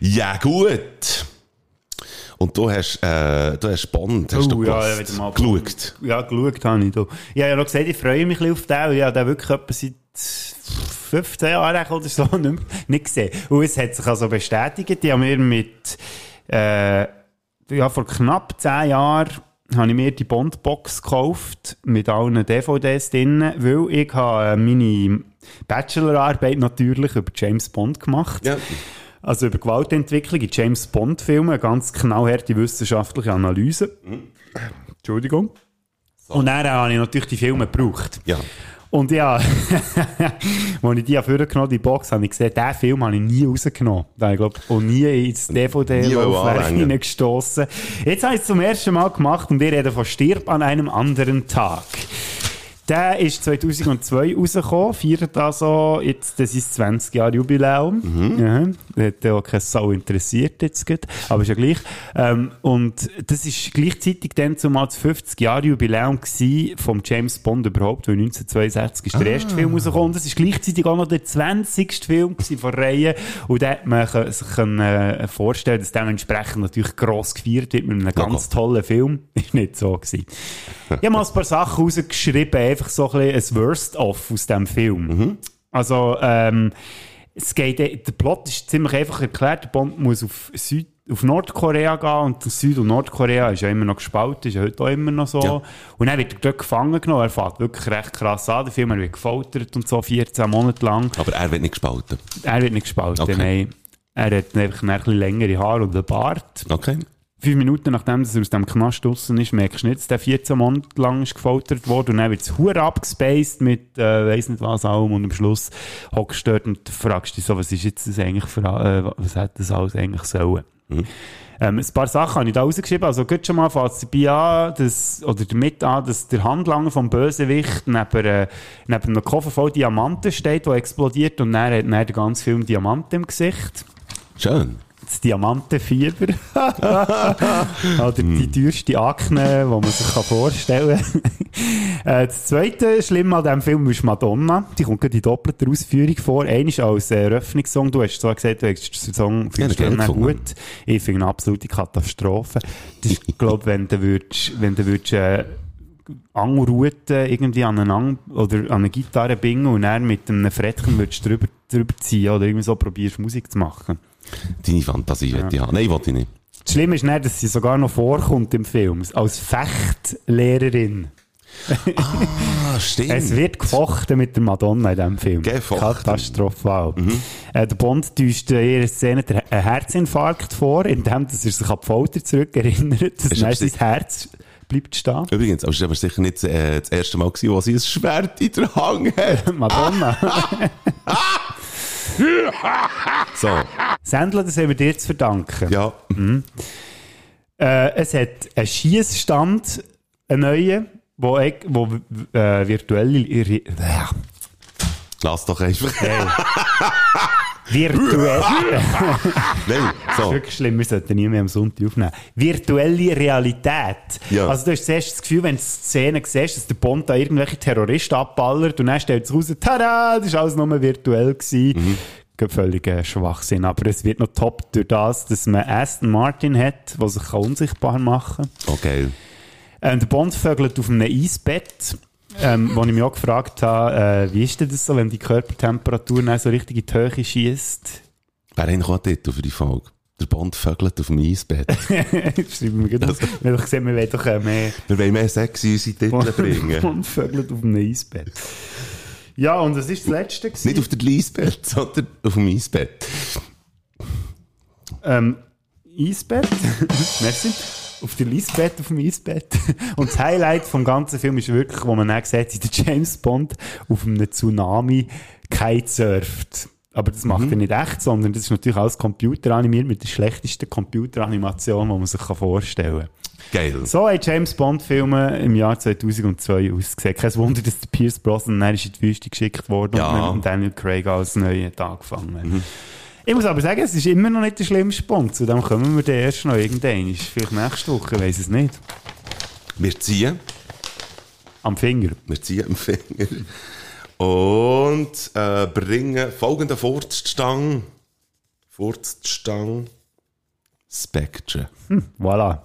Speaker 3: ja, gut. Und du hast, äh, du hast Bond, hast du
Speaker 5: Oh, ja,
Speaker 3: gehasst,
Speaker 5: wieder mal
Speaker 3: geschaut.
Speaker 5: Ja, geschaut habe ich. da. Ich habe ja noch gesagt, ich freue mich ein bisschen auf den. weil Ich habe den wirklich etwa seit 15 Jahren oder so nicht, mehr- nicht gesehen. Und es hat sich also bestätigt. Ich habe mir mit, äh, ja, vor knapp 10 Jahren habe ich mir die Bondbox gekauft mit allen DVDs drin, weil ich habe äh, meine Bachelorarbeit natürlich über James Bond gemacht.
Speaker 3: Ja.
Speaker 5: Also über Gewaltentwicklung in James Bond-Filmen, eine ganz knallharte wissenschaftliche Analyse. Entschuldigung. Und dann äh, habe ich natürlich die Filme gebraucht.
Speaker 3: Ja.
Speaker 5: Und ja, als ich die vorgenommen die Box, habe ich gesehen, diesen Film habe ich nie rausgenommen. Da habe ich glaube und nie ins DVD-Laufwerk
Speaker 3: anlängen.
Speaker 5: hineingestossen. Jetzt habe ich es zum ersten Mal gemacht und ihr redet von Stirb an einem anderen Tag. Der ist 2002 rausgekommen, feiert also jetzt, das ist 20 Jahre Jubiläum. Mhm. Ja, hat ja auch keine Sau interessiert jetzt gerade, aber ist ja gleich. Ähm, und das ist gleichzeitig dann zumal das 50 Jahre Jubiläum gsi vom James Bond überhaupt, weil 1962 ist der erste Film rausgekommen. Und das ist gleichzeitig auch noch der 20. Film gsi von Reihe. Und da hat man k- sich können, äh, vorstellen, dass dementsprechend natürlich gross gefeiert wird mit einem ganz tollen Film. Ist nicht so gewesen. Ich habe mal ein paar Sachen rausgeschrieben, einfach so ein bisschen ein Worst-of aus diesem Film.
Speaker 3: Mhm.
Speaker 5: Also, ähm, es geht, der Plot ist ziemlich einfach erklärt. Der Bond muss auf, Süd, auf Nordkorea gehen und Süd- und Nordkorea ist ja immer noch gespalten, ist ja heute auch immer noch so.
Speaker 3: Ja.
Speaker 5: Und dann wird er dort gefangen genommen. Er fährt wirklich recht krass an. Der Film er wird gefoltert und so 14 Monate lang.
Speaker 3: Aber er wird nicht gespalten.
Speaker 5: Er wird nicht gespalten,
Speaker 3: Okay.
Speaker 5: nein. Er hat einfach ein bisschen längere Haare und einen Bart.
Speaker 3: Okay.
Speaker 5: Fünf Minuten nachdem dass er aus dem Knast draussen ist, merkst du nicht, dass der 14 Monate lang ist gefoltert wurde und dann wird es hure abgespaced mit äh, weiss nicht was allem und am Schluss hockst du dort und fragst dich so, was ist jetzt das eigentlich für, äh, was hat das alles eigentlich sollen? Ähm, ein paar Sachen habe ich da rausgeschrieben. Also, geht schon mal fast dabei an, dass, oder damit an, dass der Handlanger vom Bösewicht neben, äh, neben einem Koffer voll Diamanten steht, der explodiert und dann hat dann der ganze Film Diamanten im Gesicht
Speaker 3: Schön.
Speaker 5: das Diamantenfieber. Oder
Speaker 3: Hm.
Speaker 5: die teuerste Akne, die man sich kann vorstellen kann. das zweite Schlimme an diesem Film ist Madonna. Die kommt gerade in doppelter Ausführung vor. Einer ist als äh, Eröffnungssong. Du hast zwar gesagt, du hast den Song findest
Speaker 3: Ja,
Speaker 5: du
Speaker 3: den
Speaker 5: nicht
Speaker 3: geil
Speaker 5: gut. Ich finde eine absolute Katastrophe. Das ist, glaube wenn du würdest, wenn du würdest, äh, Angelruten irgendwie an einen Ang oder an eine Gitarre bingen und dann mit einem Frettchen würdest drüber, drüber ziehen oder irgendwie so probierst Musik zu machen.
Speaker 3: Deine Fantasie ja. ich haben. Nein, wollte ich nicht.
Speaker 5: Das Schlimme ist nicht, dass sie sogar noch vorkommt im Film, als Fechtlehrerin.
Speaker 3: Ah, stimmt.
Speaker 5: Es wird gefochten mit der Madonna in diesem Film.
Speaker 3: Gefochten. Mhm.
Speaker 5: Katastrophal. Äh, der Bond täuscht in ihrer Szene den- einen Herzinfarkt vor, indem dass er sich an die Folter zurückerinnert, dass
Speaker 3: Ist
Speaker 5: dann
Speaker 3: aber
Speaker 5: sein
Speaker 3: si-
Speaker 5: Herz bleibt stehen.
Speaker 3: Übrigens, aber es war aber sicher nicht äh, das erste Mal, gewesen, wo sie ein Schwert in der Hand hat.
Speaker 5: Madonna.
Speaker 3: So,
Speaker 5: Sandler, das haben wir dir zu verdanken.
Speaker 3: ja.
Speaker 5: Äh, es hat einen Schießstand, einen neuen, wo, ich- wo äh, virtuelle,
Speaker 3: Lass doch einfach.
Speaker 5: Virtuell.
Speaker 3: Nein,
Speaker 5: Das ist
Speaker 3: so.
Speaker 5: wirklich schlimm, wir sollten nie mehr am Sonntag aufnehmen. Virtuelle Realität.
Speaker 3: Ja.
Speaker 5: Also du hast zuerst das Gefühl, wenn du Szenen siehst, dass der Bond da irgendwelche Terroristen abballert und dann stellt es raus, tada, das war alles nur virtuell. Gewesen. Geht Völliger Schwachsinn. Aber es wird noch top durch das, dass man Aston Martin hat, der sich unsichtbar machen kann.
Speaker 3: Okay.
Speaker 5: Ähm, der Bond vögelt auf einem Eisbett, ähm, wo ich mich auch gefragt habe, äh, wie ist denn das so, wenn die Körpertemperatur dann so richtig in die Höhe schießt?
Speaker 3: Wer hat noch einen Titel für die Folge? Der Bond vögelt auf dem Eisbett.
Speaker 5: Schreiben wir gerade. Wir haben doch gesehen, wir wollen doch äh, mehr
Speaker 3: Wir wollen mehr Sex in unsere Titel bringen.
Speaker 5: Bond vögelt auf einem Eisbett. Ja, und das ist das Letzte. gewesen.
Speaker 3: Nicht auf dem Eisbett, sondern auf dem Eisbett.
Speaker 5: ähm, Eisbett. Merci. Auf der Eisbett, auf dem Eisbett. Und das Highlight vom ganzen Film ist wirklich, wo man dann sieht, wie der James Bond auf einem Tsunami kitesurft. Aber das
Speaker 3: Mhm.
Speaker 5: macht er nicht echt, sondern das ist natürlich alles computeranimiert mit der schlechtesten Computeranimation, die man sich kann vorstellen kann.
Speaker 3: Geil.
Speaker 5: So haben James Bond-Filme im Jahr 2002 ausgesehen. Kein Wunder, dass der Pierce Brosnan dann ist in die Wüste geschickt wurde
Speaker 3: Ja. Mhm.
Speaker 5: und dann mit Daniel Craig als Neuen hat angefangen Ich muss aber sagen, es ist immer noch nicht der schlimmste Bond. Zu dem kommen wir dann erst noch irgendwann. Vielleicht nächste Woche, ich weiss es nicht.
Speaker 3: Wir ziehen.
Speaker 5: Am Finger.
Speaker 3: Wir ziehen am Finger. Und äh, bringen folgenden Furzstang. Furzstang. Spectre.
Speaker 5: Voilà.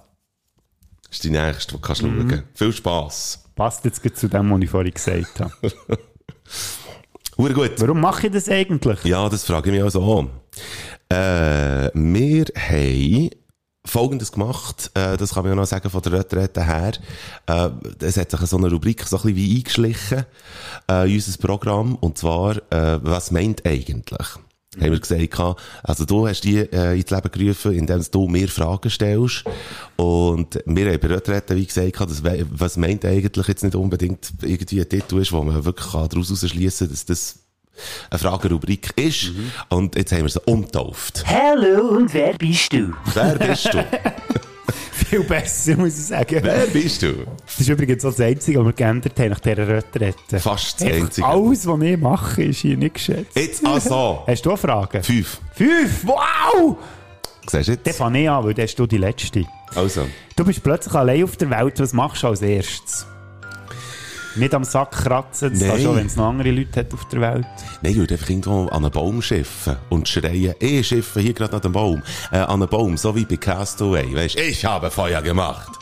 Speaker 3: Das ist die nächste, die kannst du schauen. Viel Spass.
Speaker 5: Passt jetzt gerade zu dem, was ich vorhin gesagt habe.
Speaker 3: Hure gut.
Speaker 5: Warum mache ich das eigentlich?
Speaker 3: Ja, das frage ich mich also auch. Äh, wir haben Folgendes gemacht, äh, das kann man ja noch sagen von der Retrette her. Äh, es hat sich so eine Rubrik so ein bisschen wie eingeschlichen äh, in unser Programm und zwar, äh, was meint eigentlich? Haben wir gesagt, gehabt, also du hast die äh, ins Leben gerufen, indem du mir Fragen stellst und wir haben bei Retrette wie gesagt, gehabt, dass, we- was meint eigentlich jetzt nicht unbedingt irgendwie ein Titel ist, wo man wirklich kann daraus schliessen kann, dass das eine Fragerubrik ist. Und jetzt haben wir sie umtauft.
Speaker 9: Hallo und wer bist du?
Speaker 3: Wer bist du?
Speaker 5: Viel besser, muss ich sagen.
Speaker 3: Wer bist du?
Speaker 5: Das ist übrigens auch das Einzige, was wir geändert haben nach dieser Rötterette.
Speaker 3: Fast das Einzige.
Speaker 5: Alles, was ich mache, ist hier nicht geschätzt.
Speaker 3: Jetzt also.
Speaker 5: Hast du auch Fragen?
Speaker 3: Fünf.
Speaker 5: Fünf! Wow!
Speaker 3: Siehst du
Speaker 5: Dann
Speaker 3: jetzt?
Speaker 5: fange ich an, weil dann hast du die letzte.
Speaker 3: Also.
Speaker 5: Du bist plötzlich allein auf der Welt, was machst du als erstes? Nicht am Sack kratzen, das
Speaker 3: Nein.
Speaker 5: kann schon, wenn es noch andere Leute hat auf der Welt.
Speaker 3: Nein, ich würde einfach irgendwo an einen Baum schiffen und schreien, ich schiffe hier gerade an den Baum. Äh, an einen Baum, so wie bei Castaway. Weißt, ich habe Feuer gemacht.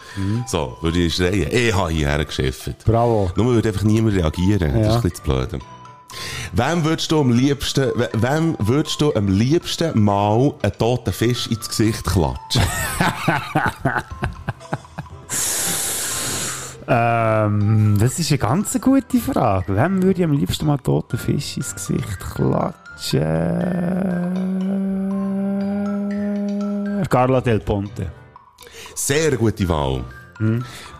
Speaker 3: So, würde ich schreien, ich habe hierher geschifft.
Speaker 5: Bravo.
Speaker 3: Nur würde einfach niemand reagieren. Das
Speaker 5: Ja.
Speaker 3: ist ein bisschen das Blöde. Wem würdest du am liebsten, we- wem würdest du am liebsten mal einen toten Fisch ins Gesicht klatschen?
Speaker 5: Ähm, das ist eine ganz gute Frage. Wem würde ich am liebsten mal toten Fisch ins Gesicht klatschen? Carla Del Ponte.
Speaker 3: Sehr gute Wahl.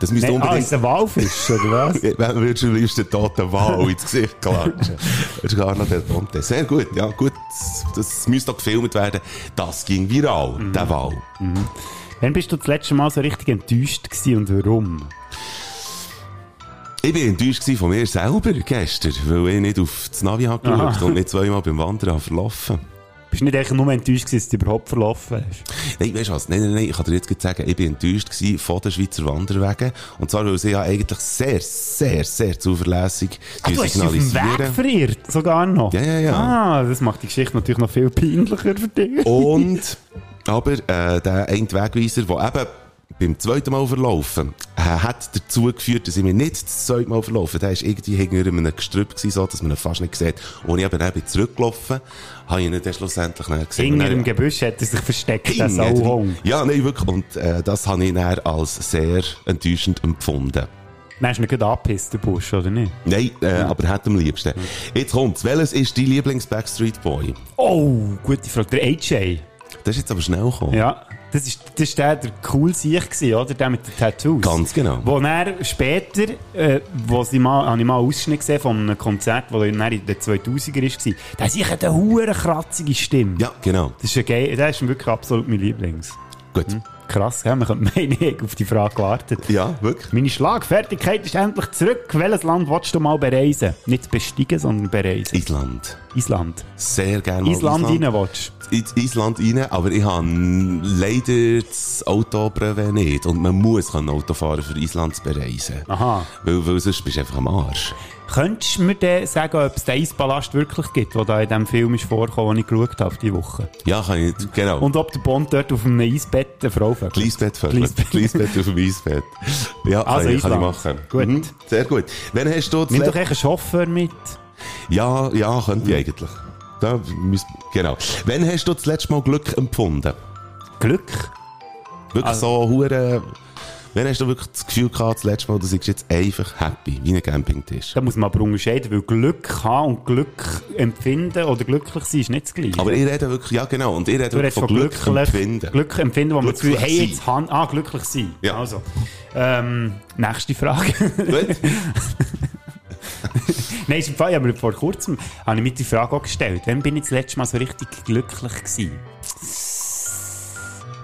Speaker 3: Das müsste
Speaker 5: Nein, ah,
Speaker 3: unbedingt...
Speaker 5: ist ein Walfisch, oder was?
Speaker 3: Wem würdest du am liebsten toten Wal ins Gesicht klatschen? Das ist Carlo Del Ponte. Sehr gut, ja, gut. Das müsste doch gefilmt werden. Das ging viral,
Speaker 5: Mhm.
Speaker 3: der Wal.
Speaker 5: Wann bist du das letzte Mal so richtig enttäuscht gewesen und warum?
Speaker 3: Ich bin enttäuscht gewesen von mir selber gestern, weil ich nicht auf das Navi habe geschaut und nicht zweimal beim Wandern habe verlaufen.
Speaker 5: Bist du nicht eigentlich nur enttäuscht gewesen, dass du überhaupt verlaufen hast?
Speaker 3: Nein, weißt du was? Nein, nein, nein, ich kann dir jetzt gerade sagen, ich bin enttäuscht gewesen von den Schweizer Wanderwegen. Und zwar, weil sie ja eigentlich sehr, sehr, sehr zuverlässig
Speaker 5: Ah, du hast dich auf dem Weg verirrt, sogar noch.
Speaker 3: Ja, ja, ja.
Speaker 5: Ah, das macht die Geschichte natürlich noch viel peinlicher für dich.
Speaker 3: Und, aber äh, der eine Wegweiser, der eben beim zweiten Mal verlaufen, äh, hat dazu geführt, dass ich mich nicht das zweite Mal verlaufen Der war irgendwie hinter einem Gestrüpp, gewesen, so, dass man ihn fast nicht sieht. Und ich eben dann bin zurückgelaufen, habe ich ihn dann schlussendlich nicht gesehen.
Speaker 5: Hinter
Speaker 3: Und
Speaker 5: dem
Speaker 3: dann-
Speaker 5: Gebüsch hat er sich versteckt, der
Speaker 3: Hinter
Speaker 5: Sauhung.
Speaker 3: drin. Ja, nein, wirklich. Und äh, das habe ich dann als sehr enttäuschend empfunden.
Speaker 5: Dann hast du ihn gerade angepisst, der Busch, oder nicht?
Speaker 3: Nein, äh, aber hat am liebsten. Jetzt kommt's. Welches ist dein Lieblings-Backstreet-Boy?
Speaker 5: Oh, gute Frage. Der AJ.
Speaker 3: Das ist jetzt aber schnell gekommen.
Speaker 5: Ja. Das ist, das ist der, der cool sich gewesen, oder? Der mit den Tattoos.
Speaker 3: Ganz genau.
Speaker 5: Wo er später, äh, wo sie mal, habe ich mal einen Ausschnitt gesehen von einem Konzert, wo er dann in den 2000er ist, war. Der hat sicher eine hure kratzige Stimme.
Speaker 3: Ja, genau.
Speaker 5: Das ist ein geil, der ist wirklich absolut mein Lieblings.
Speaker 3: Gut.
Speaker 5: Krass, gell? man könnte meinen, ich habe auf die Frage gewartet.
Speaker 3: Ja, wirklich.
Speaker 5: Meine Schlagfertigkeit ist endlich zurück. Welches Land willst du mal bereisen? Nicht besteigen, sondern bereisen.
Speaker 3: Island.
Speaker 5: Island.
Speaker 3: Sehr gerne mal
Speaker 5: Island
Speaker 3: Island.
Speaker 5: rein willst.
Speaker 3: ins Island rein, aber ich habe leider das Autobrevet nicht. Und man muss können Auto fahren, für Island zu bereisen.
Speaker 5: Aha.
Speaker 3: Weil, weil sonst bist du einfach am Arsch.
Speaker 5: Könntest du mir denn sagen, ob es den Eisballast wirklich gibt, der da in diesem Film ist vorgekommen, den ich geschaut habe diese Woche?
Speaker 3: Ja, kann ich, genau.
Speaker 5: Und ob der Bond dort auf einem Eisbett eine Frau vögelt?
Speaker 3: Gleisbett vögeln.
Speaker 5: Gleisbett.
Speaker 3: Gleisbett auf dem Eisbett. Ja,
Speaker 5: Also
Speaker 3: kann, ich, kann ich
Speaker 5: Island.
Speaker 3: machen.
Speaker 5: Gut.
Speaker 3: Mhm, sehr gut. Wann hast du das
Speaker 5: Nimm
Speaker 3: le-
Speaker 5: doch echt einen Chauffeur mit.
Speaker 3: Ja, ja, könnte ich eigentlich. Da, müsst- genau. Wann hast du das letzte Mal Glück empfunden?
Speaker 5: Glück.
Speaker 3: Wirklich
Speaker 5: Also
Speaker 3: so hure. Wann hast du wirklich das Gefühl gehabt, das letzte Mal, du seist jetzt einfach happy, wie ein Campingtisch?
Speaker 5: Da muss man aber unterscheiden, weil Glück haben und Glück empfinden oder glücklich sein ist nicht das Gleiche.
Speaker 3: Aber ich rede wirklich, ja nou, genau, und ich rede
Speaker 5: Du
Speaker 3: wirklich
Speaker 5: redest
Speaker 3: von
Speaker 5: von
Speaker 3: Glück
Speaker 5: glücklich,
Speaker 3: empfinden.
Speaker 5: Glück empfinden, wo man das Gefühl
Speaker 3: Glücklich
Speaker 5: hey,
Speaker 3: sein.
Speaker 5: jetzt han ah, glücklich sein.
Speaker 3: Ja.
Speaker 5: Also, ähm, nächste Frage.
Speaker 3: Gut?
Speaker 5: Nein, ist im Fall, ich habe mir vor kurzem habe ich mir die Frage auch gestellt. Wann bin ich das letzte Mal so richtig glücklich gewesen?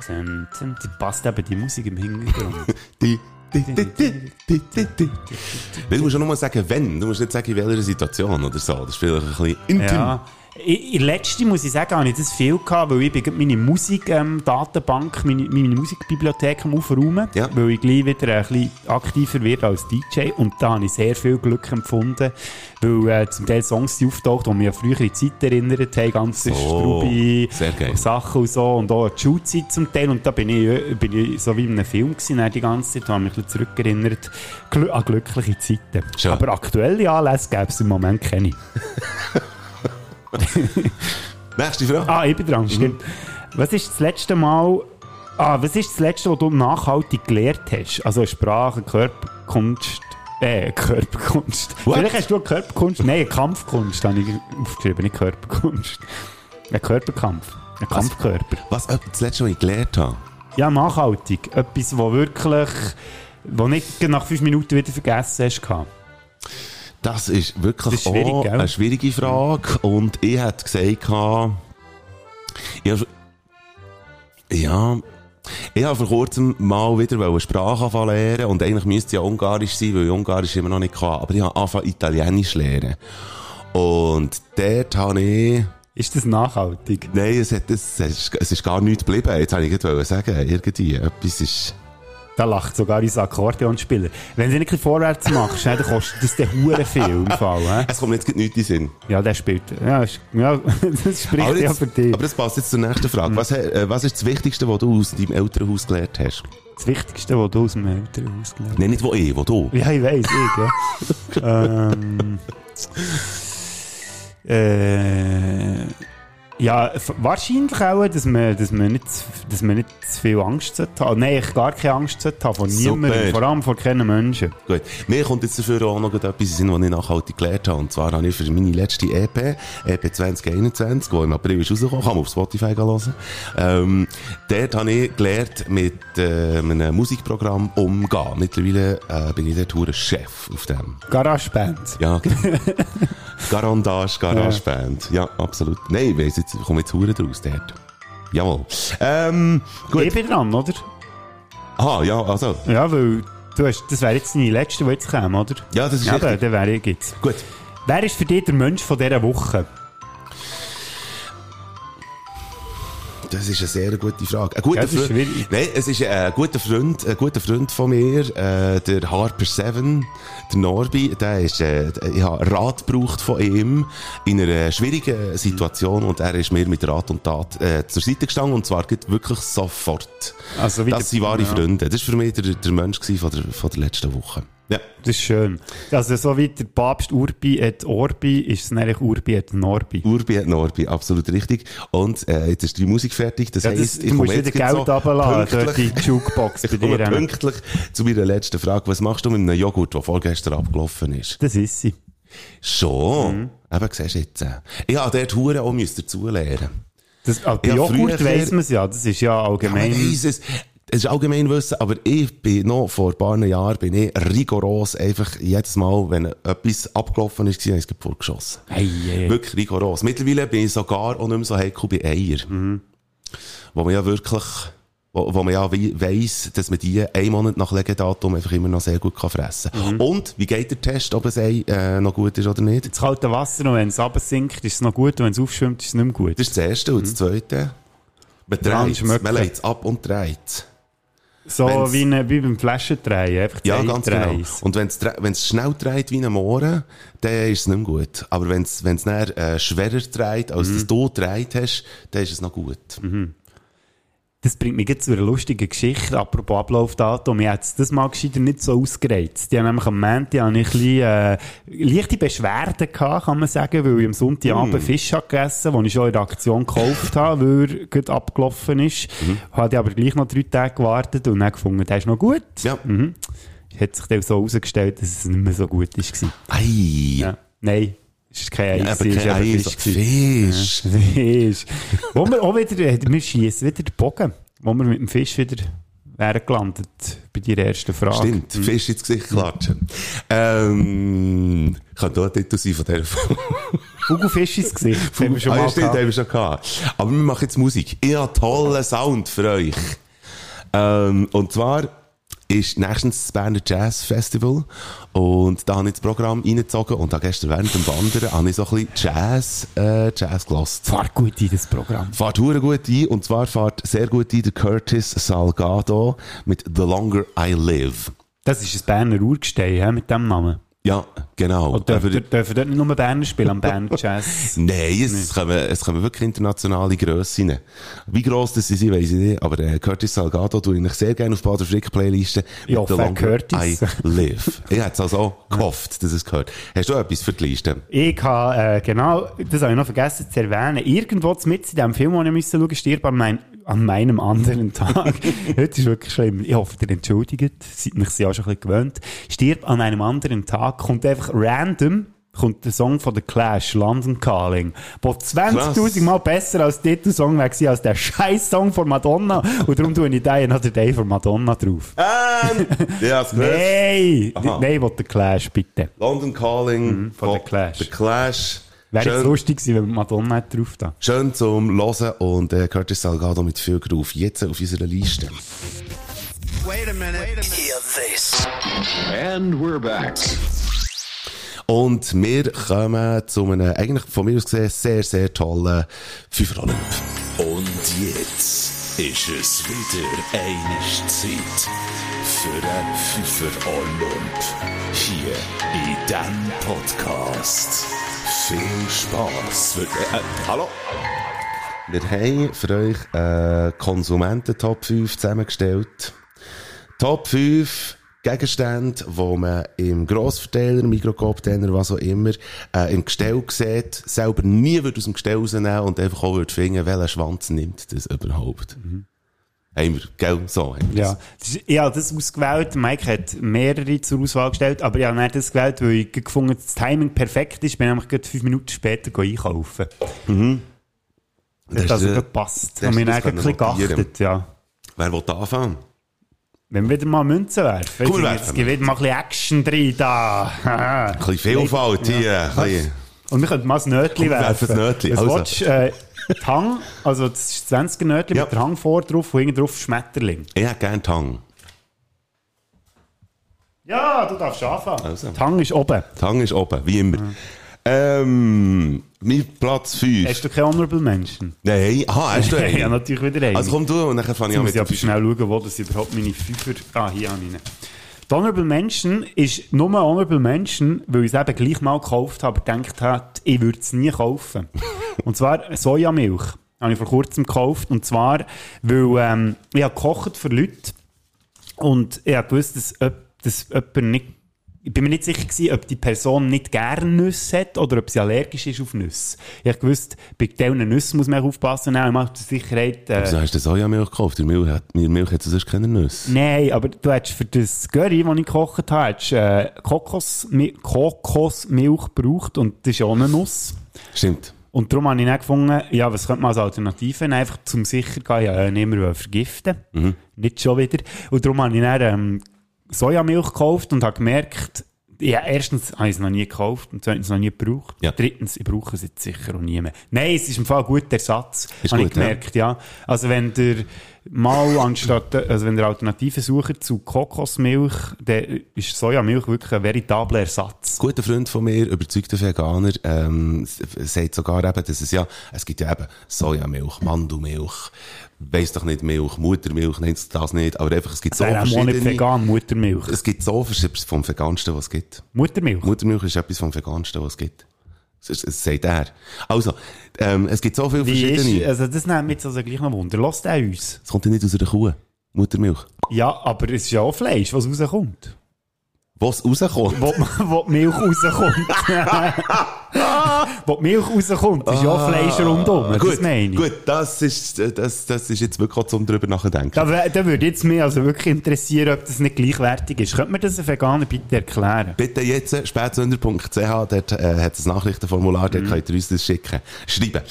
Speaker 5: Tum, tum, Die passt eben die Musik im Hintergrund.
Speaker 3: Di, di, di, di, di, di, di. Weil Du musst ja nur mal sagen, wenn. Du musst nicht sagen, in welcher Situation oder so. Das ist vielleicht ein bisschen intim.
Speaker 5: ja. In in letzter, muss ich sagen, habe ich das viel gehabt, weil ich bin gerade meine Musikdatenbank, meine, meine Musikbibliothek am Aufräumen,
Speaker 3: Ja.
Speaker 5: weil ich gleich wieder ein bisschen aktiver werde als DJ und da habe ich sehr viel Glück empfunden, weil äh, zum Teil Songs die auftaucht, die mich an frühere Zeiten erinnert haben, ganze
Speaker 3: So,
Speaker 5: Strubi,
Speaker 3: sehr geil.
Speaker 5: Sachen und so und auch an die Schulzeit zum Teil und da bin ich, äh, bin ich so wie in einem Film gewesen, dann die ganze Zeit, da habe ich mich ein bisschen zurückerinnert glü- an glückliche Zeiten.
Speaker 3: Schön.
Speaker 5: Aber aktuelle Anlässe gäbe es im Moment keine.
Speaker 3: Nächste Frage.
Speaker 5: Ah, ich bin dran, stimmt. Was ist das letzte Mal, ah, was ist das letzte, was du nachhaltig gelernt hast? Also Sprache, Körperkunst, äh, Körperkunst.
Speaker 3: What?
Speaker 5: Vielleicht hast du eine Körperkunst, nein, eine Kampfkunst habe ich aufgeschrieben, nicht Körperkunst. Ein Körperkampf, ein Kampfkörper.
Speaker 3: Was äh, das letzte Mal ich gelernt habe?
Speaker 5: Ja, nachhaltig. Etwas, wo wirklich, wo nicht nach fünf Minuten wieder vergessen hast. gehabt.
Speaker 3: Das ist wirklich
Speaker 5: Das ist schwierig,
Speaker 3: auch
Speaker 5: gell?
Speaker 3: eine schwierige Frage. Und ich hätte gesagt, gehabt, ich hab- ja, ich habe vor kurzem mal wieder eine Sprache anfangen lernen und eigentlich müsste es ja Ungarisch sein, weil ich Ungarisch immer noch nicht kann. Aber ich habe angefangen Italienisch lernen. Und dort habe ich,
Speaker 5: Ist das nachhaltig?
Speaker 3: nein, es, hat, es, es, es ist gar nichts geblieben. Jetzt habe ich gerade wollen sagen, irgendwie, etwas ist,
Speaker 5: Da lacht sogar unser Akkordeonspieler. Wenn du nicht ein bisschen vorwärts machst, ne, dann kostet das den Huren viel im Fall. ne?
Speaker 3: es kommt jetzt gerade nichts in den Sinn.
Speaker 5: Ja, der spielt. Ja, ist- ja das spricht
Speaker 3: Aber,
Speaker 5: ja
Speaker 3: jetzt,
Speaker 5: für dich.
Speaker 3: aber das passt jetzt zur nächsten Frage. Was, äh, was ist das Wichtigste, was du aus deinem Elternhaus gelernt hast?
Speaker 5: Das Wichtigste, was du aus dem Elternhaus gelernt
Speaker 3: Nein, nicht wo ich, wo du.
Speaker 5: hast. Ja, ich weiß, ich, ja. ähm, äh, ja, f- wahrscheinlich auch, dass man, dass, man nicht, zu- dass man nicht zu viel Angst sollte haben. Nein, ich gar keine Angst sollte haben, von
Speaker 3: Super.
Speaker 5: niemandem, vor allem von keinen Menschen.
Speaker 3: Gut. Mir kommt jetzt dafür auch noch etwas in den Sinn, was ich nachhaltig gelernt habe. Und zwar habe ich für meine letzte E EP, EP 2021, die im April ist rausgekommen, kann man auf Spotify gehen hören, ähm, dort habe ich gelernt, mit äh, einem Musikprogramm umgehen. Mittlerweile äh, bin ich dort hure Chef auf dem.
Speaker 5: Garageband.
Speaker 3: Ja, genau. Garandage, Garageband. Ja, absolut. Nein, ich weiss jetzt, ich komme jetzt hure draus dort. Jawohl. Ähm, gut.
Speaker 5: Ich bin dran, oder?
Speaker 3: Aha, ja, alltså, also.
Speaker 5: Ja, weil du hast, das wäre jetzt deine letzte, die jetzt käme, oder?
Speaker 3: Ja, das ist
Speaker 5: Ja,
Speaker 3: richtig.
Speaker 5: dann dann wäre ich jetzt.
Speaker 3: Gut.
Speaker 5: Wer ist für dich der Mensch von dieser Woche?
Speaker 3: Das ist eine sehr gute Frage. Ein guter
Speaker 5: Ja, das ist
Speaker 3: Freund-
Speaker 5: schwierig.
Speaker 3: Nein, es ist äh, ein guter Freund, ein guter Freund von mir, äh, der Harper Seven, der Norbi, der ist, äh, ich habe Rat gebraucht von ihm in einer schwierigen Situation und er ist mir mit Rat und Tat äh, zur Seite gestanden und zwar geht wirklich sofort.
Speaker 5: Also wie der-
Speaker 3: das sind wahre
Speaker 5: ja.
Speaker 3: Freunde. Das war für mich der, der Mensch gewesen von der, von der letzten Woche. Ja.
Speaker 5: Das ist schön. Also, so wie der Papst Urbi et Orbi, ist es nämlich Urbi et Norbi.
Speaker 3: Urbi hat Norbi, absolut richtig. Und äh, jetzt ist die Musik fertig. Das
Speaker 5: Ja, das,
Speaker 3: heisst, ich
Speaker 5: du musst
Speaker 3: komme
Speaker 5: wieder
Speaker 3: jetzt gerade
Speaker 5: Geld
Speaker 3: so
Speaker 5: runterladen, dort
Speaker 3: pünktlich-
Speaker 5: in die Jukebox bei
Speaker 3: Ich komme
Speaker 5: dir. hin.
Speaker 3: pünktlich zu meiner letzten Frage. Was machst du mit einem Joghurt, der vorgestern abgelaufen ist?
Speaker 5: Das ist sie.
Speaker 3: Schon. Eben, siehst du jetzt. äh, Ich habe dort Huren auch müssen dazulernen.
Speaker 5: Das, also bei
Speaker 3: Ja,
Speaker 5: Joghurt
Speaker 3: früher-
Speaker 5: weiss man es ja, das ist ja allgemein.
Speaker 3: Es es ist allgemein Wissen, aber ich bin noch vor ein paar Jahren bin ich rigoros einfach jedes Mal, wenn etwas abgelaufen ist, habe ich es gleich vorgeschossen.
Speaker 5: Ei, ei, ei.
Speaker 3: Wirklich rigoros. Mittlerweile bin ich sogar auch nicht mehr so heikel bei Eier. Wo man ja wirklich wo, wo man ja weiß, dass man die einen Monat nach Legedatum einfach immer noch sehr gut kann fressen kann. Und wie geht der Test, ob ein Ei äh, noch gut ist oder nicht?
Speaker 5: Das kalte Wasser, und wenn es absinkt, ist es noch gut, und wenn es aufschwimmt, ist es nicht mehr gut.
Speaker 3: Das ist das Erste. Und das Zweite, man
Speaker 5: Dran
Speaker 3: dreht
Speaker 5: schmücken.
Speaker 3: Man legt es ab und dreht
Speaker 5: so
Speaker 3: wenn's-
Speaker 5: wie, eine, wie beim Flaschendrehen, einfach
Speaker 3: Ja,
Speaker 5: die
Speaker 3: ganz genau.
Speaker 5: Eidreis.
Speaker 3: Und wenn es schnell dreht wie ein Mohren, dann ist es nicht mehr gut. Aber wenn es dann äh, schwerer dreht, als dass du dreht hast, dann ist es noch gut.
Speaker 5: Das bringt mich jetzt zu einer lustigen Geschichte, apropos Ablaufdatum. Mir hat das mal gescheiter nicht so ausgereizt. Die haben nämlich am Montag habe ich ein bisschen, äh, leichte Beschwerden gehabt, kann man sagen, weil ich am
Speaker 3: Mm.
Speaker 5: Sonntagabend Fisch habe gegessen den ich schon in der Aktion gekauft habe, weil er gerade abgelaufen ist.
Speaker 3: Mhm.
Speaker 5: Habe ich aber gleich noch drei Tage gewartet und dann gefunden, der ist noch gut.
Speaker 3: Ja.
Speaker 5: Hat sich dann so herausgestellt, dass es nicht mehr so gut ist.
Speaker 3: Ei.
Speaker 5: Ja. Nein, es ist kein Eis,
Speaker 3: aber
Speaker 5: es ist
Speaker 3: kein
Speaker 5: einfach
Speaker 3: Ei ist
Speaker 5: Fisch gewesen.
Speaker 3: Fisch.
Speaker 5: Fisch. wo wir auch wieder, äh, wir schießen wieder den Bogen, wo wir mit dem Fisch wieder wären gelandet bei deiner ersten Frage.
Speaker 3: Stimmt, Fisch ins Gesicht
Speaker 5: hm.
Speaker 3: klatschen. Ähm, kann da ein Titel sein von dieser Folge?
Speaker 5: Google Fisch ins Gesicht, den haben wir schon
Speaker 3: Ah, ja,
Speaker 5: mal
Speaker 3: stimmt, haben
Speaker 5: gehabt.
Speaker 3: wir schon gehabt. Aber wir machen jetzt Musik. Ich habe tollen Sound für euch. Ähm, und zwar ist nächstens das Berner Jazz Festival. Und da habe ich das Programm reingezogen und habe gestern während dem Wandern habe ich so ein bisschen Jazz, äh, Jazz gelost.
Speaker 5: Fahr gut in das Programm.
Speaker 3: Fahrt hure gut ein, und zwar fahrt sehr gut ein der Curtis Salgado mit The Longer I Live.
Speaker 5: Das ist ein Berner Urgestein, hä, mit dem Namen.
Speaker 3: Ja, genau.
Speaker 5: Und dürfen,
Speaker 3: Aber-
Speaker 5: dürfen, dort nicht nur Berner spielen, am Berner Jazz.
Speaker 3: Nein, es, Kommen, es kommen wirklich internationale Grössen rein. Wie gross das sie sind, weiss ich nicht, aber äh, Curtis Salgado tue ich nicht sehr gerne auf Bader Frick Playlisten.
Speaker 5: Ja,
Speaker 3: The
Speaker 5: fair
Speaker 3: Longer
Speaker 5: Curtis.
Speaker 3: I live. ich hätte es also auch gehofft, dass es gehört. Hast du etwas für die Liste?
Speaker 5: Ich habe, äh, genau, das habe ich noch vergessen zu erwähnen. Irgendwo mit in diesem Film, den ich müssen schauen musste, stirb an, mein, an meinem anderen Tag. Heute ist wirklich schlimm. Ich hoffe, ihr entschuldigt. Seid mich ja schon ein bisschen gewöhnt. Stirb an einem anderen Tag kommt einfach random kommt der Song von The Clash, London Calling, wo 20.000 Mal besser als der Song wäre gewesen, als der scheiß Song von Madonna. Und darum tue ich den Another Day von Madonna drauf.
Speaker 3: Ähm, ja, es gehört.
Speaker 5: Nein!
Speaker 3: Aha.
Speaker 5: Nein, ich will The Clash, bitte.
Speaker 3: London Calling
Speaker 5: Mhm, von The Clash.
Speaker 3: The Clash.
Speaker 5: Wäre jetzt
Speaker 3: Schön,
Speaker 5: lustig gewesen, wenn Madonna hätte drauf da.
Speaker 3: schön zum Hören und äh, Curtis Salgado mit viel Groove. Jetzt auf unserer Liste.
Speaker 2: And we're back.
Speaker 3: Und wir kommen zu einem, eigentlich von mir aus gesehen, sehr, sehr tollen Fünfer-Olymp.
Speaker 4: Und jetzt ist es wieder eine Zeit für einen Fünfer Olymp. Hier in diesem Podcast. Viel Spaß. Äh, äh, hallo?
Speaker 3: Wir haben für euch äh, Konsumenten-Top 5 zusammengestellt. Top 5 Gegenstände, die man im Grossverteiler, Mikrokoptener, was auch immer, äh, im Gestell sieht, selber nie würde aus dem Gestell rausnehmen und einfach auch würde finden, welchen Schwanz nimmt das überhaupt. Haben wir, gell? So haben wir
Speaker 5: Mhm. Ja, das ist, ich habe das ausgewählt. Mike hat mehrere zur Auswahl gestellt, aber ich habe nicht das gewählt, weil ich gefunden habe, dass das Timing perfekt ist. Ich bin nämlich gerade fünf Minuten später go einkaufen. Das hat
Speaker 3: Das
Speaker 5: also
Speaker 3: ist, äh,
Speaker 5: gerade gepasst.
Speaker 3: das
Speaker 5: Und wir
Speaker 3: hast
Speaker 5: haben
Speaker 3: du
Speaker 5: ein
Speaker 3: das
Speaker 5: bisschen
Speaker 3: können notieren.
Speaker 5: geachtet, ja.
Speaker 3: Wer will anfangen?
Speaker 5: Wenn wir wieder mal Münzen werfen.
Speaker 3: Cool,
Speaker 5: Jetzt-
Speaker 3: werfen
Speaker 5: jetzt
Speaker 3: wir.
Speaker 5: gibt wieder mal ein bisschen Action drin da. Haha.
Speaker 3: Ein bisschen Vielfalt hier. Ein bisschen.
Speaker 5: Und wir könnten mal ein Nötli
Speaker 3: Komm, wir
Speaker 5: werfen.
Speaker 3: werfen das Nötli,
Speaker 5: Es
Speaker 3: also.
Speaker 5: willst, äh, die Hang, also das 20 Nötli
Speaker 3: Ja.
Speaker 5: mit der Hang vor drauf und hinten drauf Schmetterling.
Speaker 3: Ich hätte gerne Tang.
Speaker 5: Ja, du darfst anfangen.
Speaker 3: Also.
Speaker 5: Die Hang ist oben.
Speaker 3: Tang ist oben, wie immer. Ähm, mein Platz 5.
Speaker 5: Mhm. Hast du keinen Honorable Menschen?
Speaker 3: Nein, aha, hast du einen?
Speaker 5: Ja, natürlich wieder einen.
Speaker 3: Also komm du und dann fange ich
Speaker 5: Jetzt
Speaker 3: an
Speaker 5: muss
Speaker 3: mit
Speaker 5: ich
Speaker 3: dem
Speaker 5: aber
Speaker 3: Fünfer.
Speaker 5: schnell schauen, wo das überhaupt meine Fünfer... Ah, hier habe ich ihn. Die Honorable Menschen ist nur Honorable Menschen, weil ich es eben gleich mal gekauft habe, aber gedacht habe, ich würde es nie kaufen. und zwar Sojamilch. Habe ich vor kurzem gekauft. Und zwar, weil ähm, ich habe gekocht für Leute und ich habe gewusst, dass, jemand- dass jemand nicht ich bin mir nicht sicher gewesen, ob die Person nicht gern Nüsse hat oder ob sie allergisch ist auf Nüsse. Ich habe gewusst, bei diesen Nüssen muss man aufpassen, nein, ich mache zur Sicherheit... äh,
Speaker 3: Wieso hast du Sojamilch gekauft? Die Milch hat, die Milch hat sonst keine Nüsse.
Speaker 5: Nein, aber du hättest für das Curry, das ich gekocht habe, hättest, äh, Kokos, Kokosmilch gebraucht und das ist ja auch eine Nuss.
Speaker 3: Stimmt.
Speaker 5: Und darum habe ich dann gefunden, ja, was könnte man als Alternative nehmen? Einfach zum sicher gehen, ja, äh, nicht mehr vergiften.
Speaker 3: Mhm.
Speaker 5: Nicht schon wieder. Und darum habe ich dann ähm, Sojamilch gekauft und habe gemerkt, ja, erstens habe ich es noch nie gekauft und zweitens noch nie gebraucht.
Speaker 3: Ja.
Speaker 5: Drittens, ich brauche es jetzt sicher auch nie mehr. Nein, es ist im Fall ein guter Ersatz,
Speaker 3: Ist
Speaker 5: habe
Speaker 3: gut,
Speaker 5: ich gemerkt, ja. Also wenn der mal anstatt, also wenn ihr Alternativen sucht zu Kokosmilch, dann ist Sojamilch wirklich ein veritabler Ersatz.
Speaker 3: Ein guter Freund von mir, überzeugter Veganer, ähm, s- sagt sogar eben, dass es ja, es gibt ja eben Sojamilch, Mandelmilch, weiss doch nicht Milch, Muttermilch, nennt das nicht, aber einfach, es gibt so
Speaker 5: Wäre auch nicht
Speaker 3: verschiedene,
Speaker 5: vegan, Muttermilch.
Speaker 3: es gibt so verschiedene vom Vegansten, was es gibt.
Speaker 5: Muttermilch.
Speaker 3: Muttermilch ist etwas vom Vegansten, was es gibt. Das, das sagt er. Also, ähm, es gibt so viele
Speaker 5: Wie ist,
Speaker 3: verschiedene.
Speaker 5: also das nimmt mich jetzt also gleich noch Wunder. Lasst auch uns.
Speaker 3: Es kommt ja nicht aus einer Kuh. Muttermilch.
Speaker 5: Ja, aber es ist ja auch Fleisch, was rauskommt.
Speaker 3: Was rauskommt?
Speaker 5: Wo, wo die Milch rauskommt. wo die Milch rauskommt, ist ja auch Fleisch rundum. das
Speaker 3: gut,
Speaker 5: meine ich.
Speaker 3: gut, das ist, äh, das, das ist jetzt wirklich auch zum drüber nachdenken.
Speaker 5: Da, wär- da würde jetzt mich also wirklich interessieren, ob das nicht gleichwertig ist. Könnte mir das ein Veganer bitte erklären?
Speaker 3: Bitte jetzt äh, spätsünder.ch, dort äh, hat es ein Nachrichtenformular,
Speaker 5: Mhm.
Speaker 3: dort könnt ihr uns das schicken. Schreiben.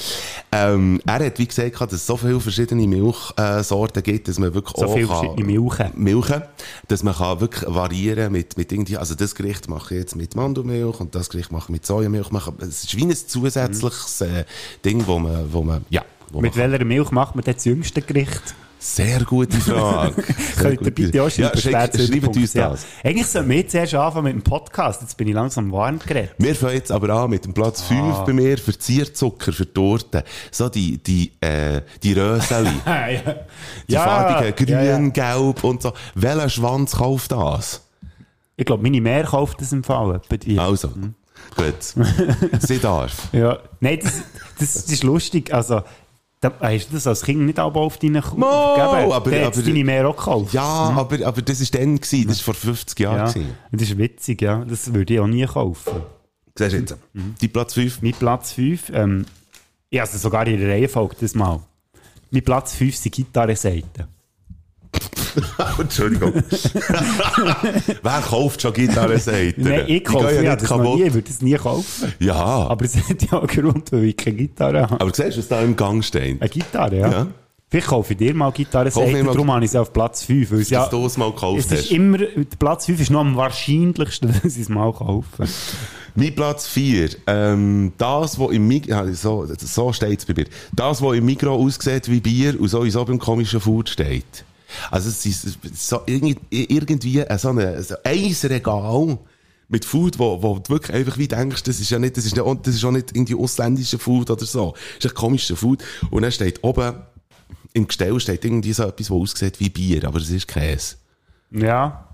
Speaker 3: Ähm, er hat wie gesagt, gehabt, dass es so viele verschiedene Milchsorten gibt, dass man wirklich
Speaker 5: So
Speaker 3: auch
Speaker 5: viele
Speaker 3: kann-
Speaker 5: verschiedene Milchen.
Speaker 3: Milchen, dass man kann wirklich variieren mit, mit irgendwie, also das Gericht mache ich jetzt mit Mandelmilch und das Gericht mache ich mit Sojamilch. Man kann- Es ist wie ein zusätzliches äh, Ding, wo man, wo man, ja, wo man
Speaker 5: Mit welcher Milch macht man denn das jüngste Gericht?
Speaker 3: Sehr gute Frage. Sehr
Speaker 5: Könnt ihr
Speaker 3: gute-
Speaker 5: bitte auch schreiben,
Speaker 3: ja, schickt-
Speaker 5: später
Speaker 3: schreibt uns
Speaker 5: Ja.
Speaker 3: das.
Speaker 5: Eigentlich sollten wir jetzt erst anfangen mit dem Podcast. Jetzt bin ich langsam warm geredet.
Speaker 3: Wir fangen jetzt aber an mit dem
Speaker 5: Ah.
Speaker 3: Platz 5 bei mir für Zierzucker, für Torten. So die, die, äh, die Röseli,
Speaker 5: Ah, ja,
Speaker 3: die farbigen, grün,
Speaker 5: ja, ja.
Speaker 3: gelb und so. Welcher Schwanz kauft das?
Speaker 5: Ich glaube, meine Mehr kauft das im Fall. etwa die.
Speaker 3: Also, gut. Sie darf.
Speaker 5: Ja. Nein, das, das, das ist lustig. Also, da, hast du das als Kind nicht aber auf deinen Kopf
Speaker 3: Mo, aber-
Speaker 5: Der hat
Speaker 3: aber-
Speaker 5: deine Mehr auch gekauft.
Speaker 3: Ja, aber, aber das war dann, gewesen. das war vor 50 Jahren.
Speaker 5: Mhm. Ja.
Speaker 3: Ja.
Speaker 5: Das ist witzig, ja. Das würde ich auch nie kaufen.
Speaker 3: Siehst du jetzt?
Speaker 5: Mhm.
Speaker 3: Die Platz 5.
Speaker 5: Mein Platz 5, ähm, ich habe es sogar in der Reihenfolge das Mal. Mein Platz 5 sind Gitarreseiten.
Speaker 3: Entschuldigung. Wer kauft schon Gitarrenseiten?
Speaker 5: Nein, ich
Speaker 3: Die
Speaker 5: kaufe
Speaker 3: gehen
Speaker 5: ja
Speaker 3: ja
Speaker 5: das
Speaker 3: nicht
Speaker 5: noch nie,
Speaker 3: kaputt. Ah.
Speaker 5: ich würde es nie kaufen.
Speaker 3: Ja, aber,
Speaker 5: Aber es hat ja einen Grund, weil ich keine Gitarre habe.
Speaker 3: aber siehst du, was da im Gang steht?
Speaker 5: Eine Gitarre, ja.
Speaker 3: Ja.
Speaker 5: Vielleicht kaufe ich dir mal
Speaker 3: Kauf mir
Speaker 5: Gitarreseiten,
Speaker 3: mal-
Speaker 5: darum habe ich sie auf Platz 5. Weil es ja,
Speaker 3: Dass du es mal gekauft
Speaker 5: es ist
Speaker 3: hast.
Speaker 5: immer, der Platz 5 ist noch am wahrscheinlichsten, dass ich es mal kaufe.
Speaker 3: Mein Platz 4. Ähm, das, was im Mikro, so, so steht es bei mir. Das, was im Mikro aussieht wie Bier und sowieso beim komischen Food steht. Also, es ist so, irgend- irgendwie äh, so eine- so ein Regal mit Food, wo, wo du wirklich einfach wie denkst, das ist ja nicht, das ist, ja, auch- das ist auch nicht irgendwie ausländischer Food oder so. Das ist echt komischer Food. Und dann steht oben, im Gestell steht irgendwie so etwas, was aussieht wie Bier, aber es ist Käse.
Speaker 5: Ja.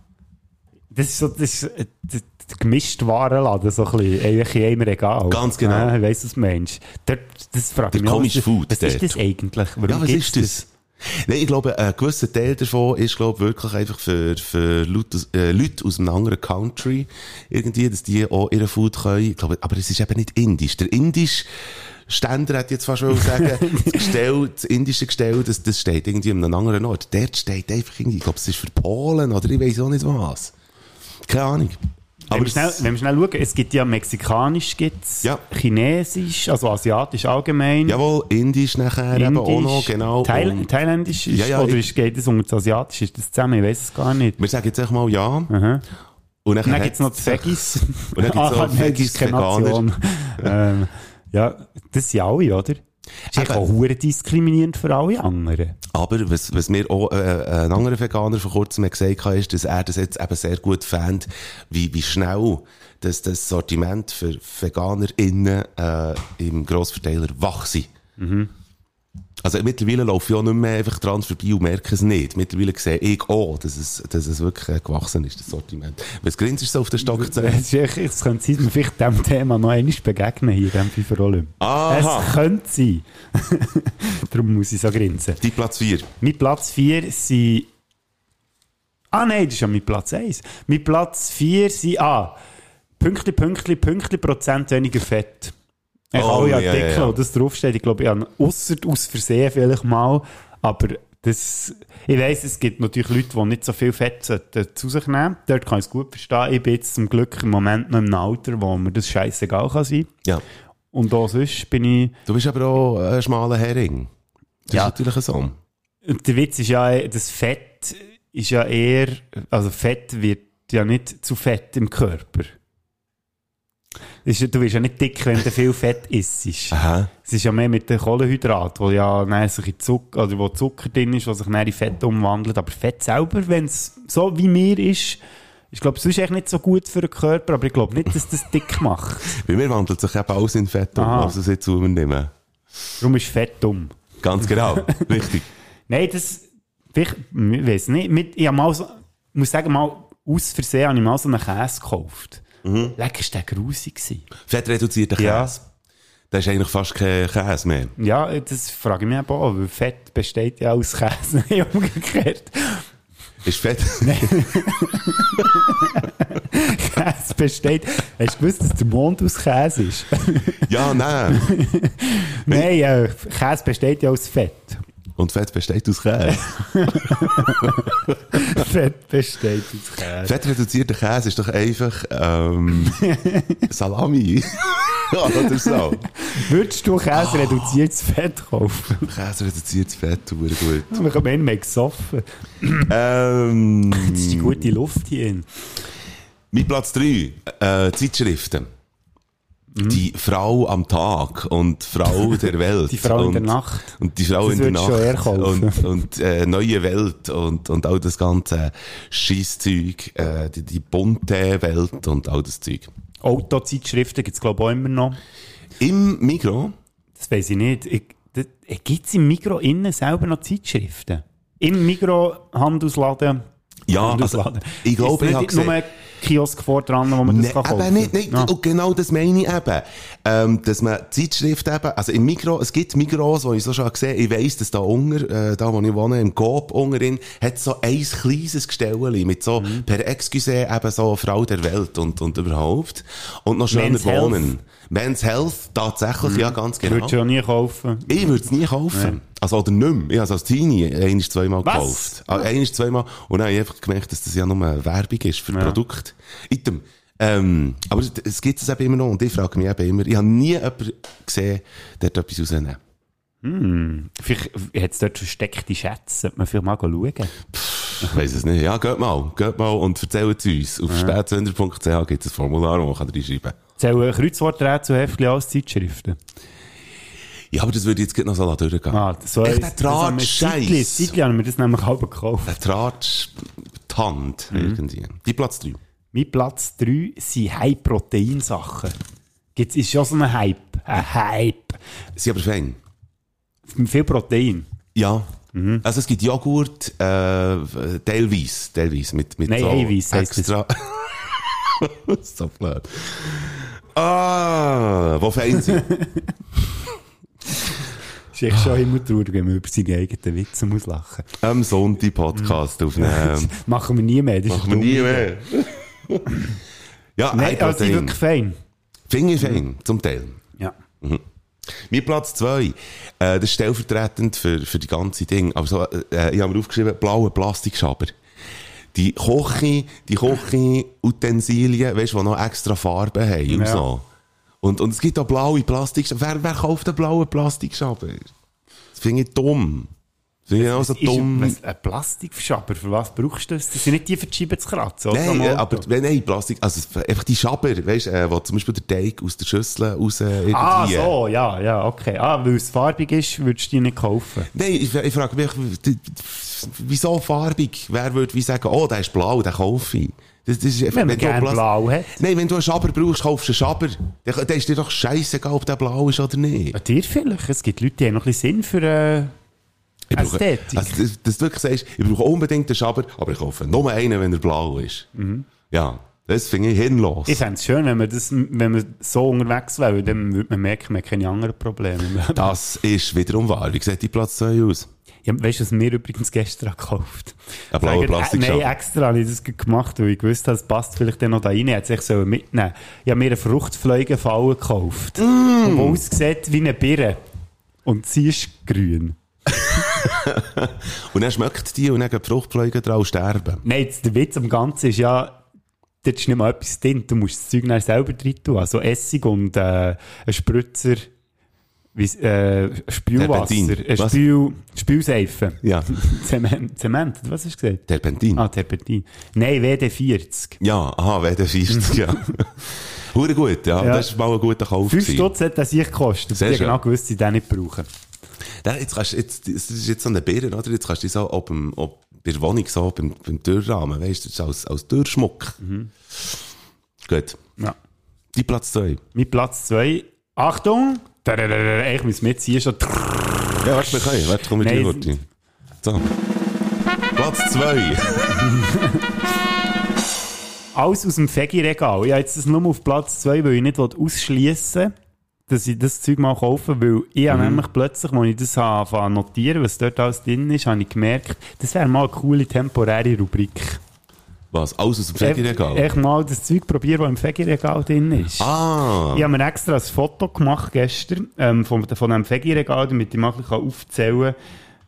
Speaker 5: Das ist so, das ist, äh, d- d- gemischt Warenladen, so ein bisschen, eigentlich in einem Regal.
Speaker 3: Ganz genau.
Speaker 5: Ah, ich weiss, was du meinst. Der, das frage
Speaker 3: Der
Speaker 5: ich mich auch,
Speaker 3: komische
Speaker 5: was-
Speaker 3: Food
Speaker 5: Was ist
Speaker 3: dort.
Speaker 5: das eigentlich? Warum
Speaker 3: Ja, was
Speaker 5: gibt's
Speaker 3: ist das? Nein, ich glaube, ein gewisser Teil davon ist, glaube ich, wirklich einfach für, für Leute, aus- äh, Leute aus einem anderen Country irgendwie, dass die auch ihre Food können. Ich glaube, aber es ist eben nicht indisch. Der indisch Ständer hat jetzt fast wollen sagen, das, Gestell, das indische Gestell, das, das steht irgendwie an einem anderen Ort. Dort steht einfach irgendwie, ich glaube, es ist für Polen oder ich weiß auch nicht was. Keine Ahnung.
Speaker 5: Wenn wir,
Speaker 3: es-
Speaker 5: schnell, wenn wir schnell schauen, es gibt ja mexikanisch, gibt's,
Speaker 3: Ja.
Speaker 5: chinesisch, also asiatisch allgemein,
Speaker 3: jawohl, indisch nachher eben auch noch, genau.
Speaker 5: Thail
Speaker 3: Und
Speaker 5: thailändisch ist,
Speaker 3: Ja, ja,
Speaker 5: oder
Speaker 3: ich-
Speaker 5: ist, geht es unter das asiatisch, ist das zusammen, ich weiß es gar nicht.
Speaker 3: wir sagen jetzt einfach mal ja.
Speaker 5: Aha.
Speaker 3: Und
Speaker 5: Und dann
Speaker 3: hat
Speaker 5: gibt es noch die
Speaker 3: es-
Speaker 5: Veggies.
Speaker 3: Und dann gibt's
Speaker 5: Ah,
Speaker 3: auch
Speaker 5: nein, das
Speaker 3: Veggies,
Speaker 5: ist keine
Speaker 3: Veganer.
Speaker 5: Nation. ähm, ja, das sind alle, oder? Das ist
Speaker 3: Eben.
Speaker 5: Eben. auch hure diskriminierend für alle
Speaker 3: Äh.
Speaker 5: anderen.
Speaker 3: Aber was, was mir auch äh, ein anderer Veganer vor kurzem hat gesagt hat, ist, dass er das jetzt eben sehr gut fand, wie, wie schnell dass das Sortiment für VeganerInnen äh, im Grossverteiler wach sind.
Speaker 5: Mhm.
Speaker 3: Also mittlerweile laufe ich auch nicht mehr einfach dran vorbei und merke es nicht. Mittlerweile sehe ich auch, dass es, dass es wirklich äh, gewachsen ist, das Sortiment. Was grinst du so auf den Stock?
Speaker 5: Es ist echt- es könnte sein, dass wir vielleicht dem Thema noch einmal begegnen hier in diesem FIFA Olymp.
Speaker 3: Aha.
Speaker 5: Es könnte sein. Darum muss ich so grinsen.
Speaker 3: Die Platz 4.
Speaker 5: Mit Platz 4 sind... Ah nein, das ist ja mit Platz 1. Mit Platz 4 sind... Ah, Pünktli, Pünktli, Pünktli, Prozent weniger Fett. Ich
Speaker 3: Oh,
Speaker 5: alle
Speaker 3: ja,
Speaker 5: Artikel,
Speaker 3: ja, ja.
Speaker 5: wo das draufsteht, ich glaube, ich habe ausser aus Versehen vielleicht mal, aber das, ich weiss, es gibt natürlich Leute, die nicht so viel Fett sollten zu sich nehmen. Dort kann ich es gut verstehen. Ich bin jetzt zum Glück im Moment noch im Alter, wo mir das scheißegal kann sein.
Speaker 3: Ja.
Speaker 5: Und auch sonst bin ich
Speaker 3: Du bist aber auch ein schmaler Hering. Das
Speaker 5: Ja.
Speaker 3: ist natürlich so.
Speaker 5: Und der Witz ist ja, das Fett ist ja eher, also Fett wird ja nicht zu Fett im Körper. Ist, ja- du bist ja nicht dick, wenn du viel Fett isst.
Speaker 3: Aha.
Speaker 5: Es ist ja mehr mit den Kohlenhydraten, wo ja dann sich in Zucker, oder wo Zucker drin ist, was sich dann in Fett umwandelt. Aber Fett selber, wenn es so wie mir ist, ich glaube, es ist echt nicht so gut für den Körper, aber ich glaube nicht, dass das dick macht.
Speaker 3: Bei mir wandelt sich eben alles in Fett um,
Speaker 5: Aha.
Speaker 3: was es jetzt übernehmen.
Speaker 5: Darum ist Fett dumm.
Speaker 3: Ganz genau, richtig.
Speaker 5: Nein, das. Ich weiß nicht. Mit, ich hab mal so, ich muss sagen, mal aus Versehen habe ich mal so einen Käse gekauft.
Speaker 3: Mhm.
Speaker 5: Lecker ist der grusig. gewesen.
Speaker 3: Fettreduzierter Käse.
Speaker 5: Ja.
Speaker 3: Das ist eigentlich fast kein Käse mehr.
Speaker 5: Ja, das frage ich mich eben auch, weil Fett besteht ja aus Käse, nicht umgekehrt.
Speaker 3: Ist Fett.
Speaker 5: Käse besteht. Hast du gewusst, dass der Mond aus Käse ist?
Speaker 3: ja, nein.
Speaker 5: Nein, äh, Käse besteht ja aus Fett.
Speaker 3: Und Fett besteht aus Käse.
Speaker 5: Fett besteht aus Käse.
Speaker 3: Fettreduzierter Käse ist doch einfach ähm, Salami. Oder so.
Speaker 5: Würdest du Käse reduziertes Fett kaufen?
Speaker 3: Käse reduziert Fett, super gut.
Speaker 5: Wir haben einen mehr gesoffen.
Speaker 3: Ähm,
Speaker 5: Das ist die gute Luft hier. drin.
Speaker 3: mein Platz 3, äh, Zeitschriften.
Speaker 5: Mhm.
Speaker 3: Die Frau am Tag und Frau der Welt.
Speaker 5: Die Frau in
Speaker 3: und,
Speaker 5: der Nacht.
Speaker 3: Und die Frau
Speaker 5: Das
Speaker 3: in der
Speaker 5: würdest du schon eher
Speaker 3: Nacht.
Speaker 5: kaufen.
Speaker 3: Und, und äh, neue Welt und, und all das ganze Schisszeug, äh, die, die bunte Welt und all das Zeug.
Speaker 5: Autozeitschriften gibt es, glaube ich, auch immer noch.
Speaker 3: Im Mikro
Speaker 5: Das weiß ich nicht. Gibt es im Mikro innen selber noch Zeitschriften? Im Mikro Handelsladen?
Speaker 3: Ja, also, ich glaube, ich
Speaker 5: ist
Speaker 3: habe
Speaker 5: nicht nur
Speaker 3: gesehen-
Speaker 5: ein Kiosk vor dran, wo man das kann
Speaker 3: Nein,
Speaker 5: kaufen
Speaker 3: eben Ne, nicht, nicht.
Speaker 5: Ah.
Speaker 3: Und genau das meine ich eben. Ähm, dass man Zeitschrift eben, also im Mikro, es gibt Mikros, wo ich so schon gesehen ich weiss, dass da unter, äh, da wo ich wohne, im Coop unterin, hat so ein kleines Gestell mit so, per Excuse eben so Frau der Welt und, und überhaupt. Und noch schöner
Speaker 5: Men's
Speaker 3: wohnen. Men's Health, tatsächlich, ja, ganz genau.
Speaker 5: Würdest du ja nie kaufen.
Speaker 3: Ich würde es nie kaufen. Also, oder nicht mehr. Ich habe es als Teenie ein- zweimal
Speaker 5: Was?
Speaker 3: gekauft. Ah, Ein- zweimal. Und dann habe ich einfach gemerkt, dass das ja nur Werbung ist für Produkte. Item. Ähm, aber es- es gibt es eben immer noch. Und ich frage mich eben immer, ich habe nie jemanden gesehen, der dort etwas rausnehmen.
Speaker 5: Vielleicht hat es dort versteckte Schätze. Sollte man vielleicht mal schauen.
Speaker 3: Ich weiss es nicht. Ja, geht mal. Geht mal und erzählt es uns. Auf spätsender.ch gibt es ein Formular, wo man kann reinschreiben kann.
Speaker 5: Zählen Kreuzworträtsel-Heftchen als Zeitschriften?
Speaker 3: Ja, aber das würde ich jetzt gerade noch so durchgehen.
Speaker 5: Ah, so
Speaker 3: Echt,
Speaker 5: ist-
Speaker 3: der
Speaker 5: das haben wir-
Speaker 3: Tratsch-Scheiss.
Speaker 5: Zeitli- Zeitli haben wir das nämlich auch gekauft.
Speaker 3: Der Tratsch, die Hand, irgendwie. Die Platz 3.
Speaker 5: Mein Platz 3 sind High-Protein-Sachen. Gibt's, ist schon so ein Hype. Ein Hype.
Speaker 3: Sie aber fein.
Speaker 5: Viel Protein.
Speaker 3: Ja.
Speaker 5: Mhm.
Speaker 3: Also es gibt Joghurt, äh, teilweise, teilweise mit, mit
Speaker 5: Nein,
Speaker 3: so
Speaker 5: Eiweiß heisst
Speaker 3: extra... so blöd. Ah, wo fein sind.
Speaker 5: Ist echt schon immer traurig, wenn man über seine eigenen Witze muss lachen.
Speaker 3: Am Sonntag Podcast aufnehmen.
Speaker 5: Machen wir nie mehr. Mhm. Das
Speaker 3: Machen wir nie mehr. ja,
Speaker 5: Nein, also die sind
Speaker 3: Protein.
Speaker 5: wirklich fein.
Speaker 3: Finde ich fein, zum Teil.
Speaker 5: Ja.
Speaker 3: Mein Platz 2, äh, das ist stellvertretend für, für die ganze Ding. Aber so, äh, ich habe mir aufgeschrieben, blaue Plastikschaber. Die Koche, die Koche, Utensilien, weißt du, die noch extra Farben haben und
Speaker 5: Ja.
Speaker 3: so. Und, und es gibt auch blaue Plastikschaber. Wer, wer kauft einen blauen Plastikschaber? Das finde ich dumm. Das finde ich auch so
Speaker 5: Ist
Speaker 3: dumm.
Speaker 5: was- ein Plastikverschaber, für was brauchst du das? Das sind nicht die für die Scheibe zu kratzen. oder? Am
Speaker 3: Nein, äh,
Speaker 5: Auto.
Speaker 3: aber wenn nein, Plastik, also es- einfach die Schaber, weißt du, äh, wo zum Beispiel der Teig aus der Schüssel raus äh, irgendwie.
Speaker 5: Ah, so, ja, ja, okay. Ah, weil es farbig ist, würdest du die nicht kaufen.
Speaker 3: Nein, ich, ich frage mich, die- die- wieso farbig? Wer würde wie sagen, oh, der ist blau, den kaufe ich. Das, das ist einfach,
Speaker 5: Wenn man
Speaker 3: du
Speaker 5: gerne
Speaker 3: Plas-
Speaker 5: blau hat.
Speaker 3: Nein, wenn du einen Schaber brauchst, kaufst du einen Schaber. Dann dann ist dir doch scheißegal, ob der blau ist oder nicht.
Speaker 5: Bei dir vielleicht. Es gibt Leute, die haben noch ein bisschen Sinn für äh,
Speaker 3: Ich brauche-
Speaker 5: Ästhetik.
Speaker 3: Also, dass, dass du wirklich sagst, ich brauche unbedingt einen Schaber, aber ich kaufe nur einen, wenn er blau ist. Ja, das finde ich hirnlos.
Speaker 5: Mhm. ich fände es schön, wenn man, das, wenn man so unterwegs wäre, weil dann würde man merken, man hat keine anderen Probleme.
Speaker 3: das ist wiederum wahr. Wie sieht die Platz 2 aus?
Speaker 5: Ja, weißt du, was mir übrigens gestern gekauft
Speaker 3: Ein blauer
Speaker 5: Sagen, äh,
Speaker 3: Plastikschaber.
Speaker 5: Nein, extra habe ich das gemacht, weil ich gewusst habe, es passt vielleicht dann noch da rein. Hätte ich sollen mitnehmen Ich habe mir eine Fruchtfleugenfalle gekauft, mm. die aussieht wie eine Birne. Und sie ist grün.
Speaker 3: Und dann schmeckt die und dann gehen die Fruchtfliegen drauf sterben.
Speaker 5: Nein, jetzt der Witz am Ganzen ist ja, dort ist nicht mal etwas drin. Du musst das Zeug dann selber drin tun. Also Essig und äh, ein Spritzer, wie, äh, Spülwasser,
Speaker 3: Terpentin.
Speaker 5: ein
Speaker 3: Was?
Speaker 5: Spül, Spülseife.
Speaker 3: Ja.
Speaker 5: Zement, Zement, was hast du gesagt?
Speaker 3: Terpentin.
Speaker 5: Ah, Terpentin. Nein, WD40.
Speaker 3: Ja, aha, WD40, ja. Hure gut, ja.
Speaker 5: Ja.
Speaker 3: Das ist mal ein guter Kauf.
Speaker 5: 5
Speaker 3: gewesen.
Speaker 5: Stutz hat das ich gekostet.
Speaker 3: Sehr
Speaker 5: Sehr ich
Speaker 3: schön.
Speaker 5: genau gewusst, sie den nicht brauchen.
Speaker 3: Ja, jetzt kannst, du- jetzt, das ist jetzt so eine Birne, oder? Jetzt kannst du die so ob, im- ob bei der Wohnung so beim, beim Türrahmen, weißt du, das ist als, als Türschmuck. Gut.
Speaker 5: Mhm. Ja.
Speaker 3: Die Platz 2.
Speaker 5: Mit Platz 2. Achtung! Tadadadada, Ich muss mitziehen schon.
Speaker 3: Ja, warte, wir können. Warte, komm mit dir,
Speaker 5: Nein.
Speaker 3: Gurti. So. Platz 2.
Speaker 5: Alles aus dem Fegi-Regal. Ich habe jetzt das nur auf Platz 2, weil ich nicht ausschließen will, dass ich das Zeug mal kaufe, weil ich
Speaker 3: Mhm.
Speaker 5: habe nämlich plötzlich, als ich das habe angefangen zu notieren, was dort alles drin ist, habe ich gemerkt, das wäre mal eine coole temporäre Rubrik.
Speaker 3: Was? Alles aus dem Fegi-Regal?
Speaker 5: Echt mal das Zeug probieren, was im Fegi-Regal drin ist.
Speaker 3: Ah.
Speaker 5: Ich habe mir extra ein Foto gemacht gestern ähm, von, von einem Fegi-Regal, damit ich mal ein bisschen aufzählen kann,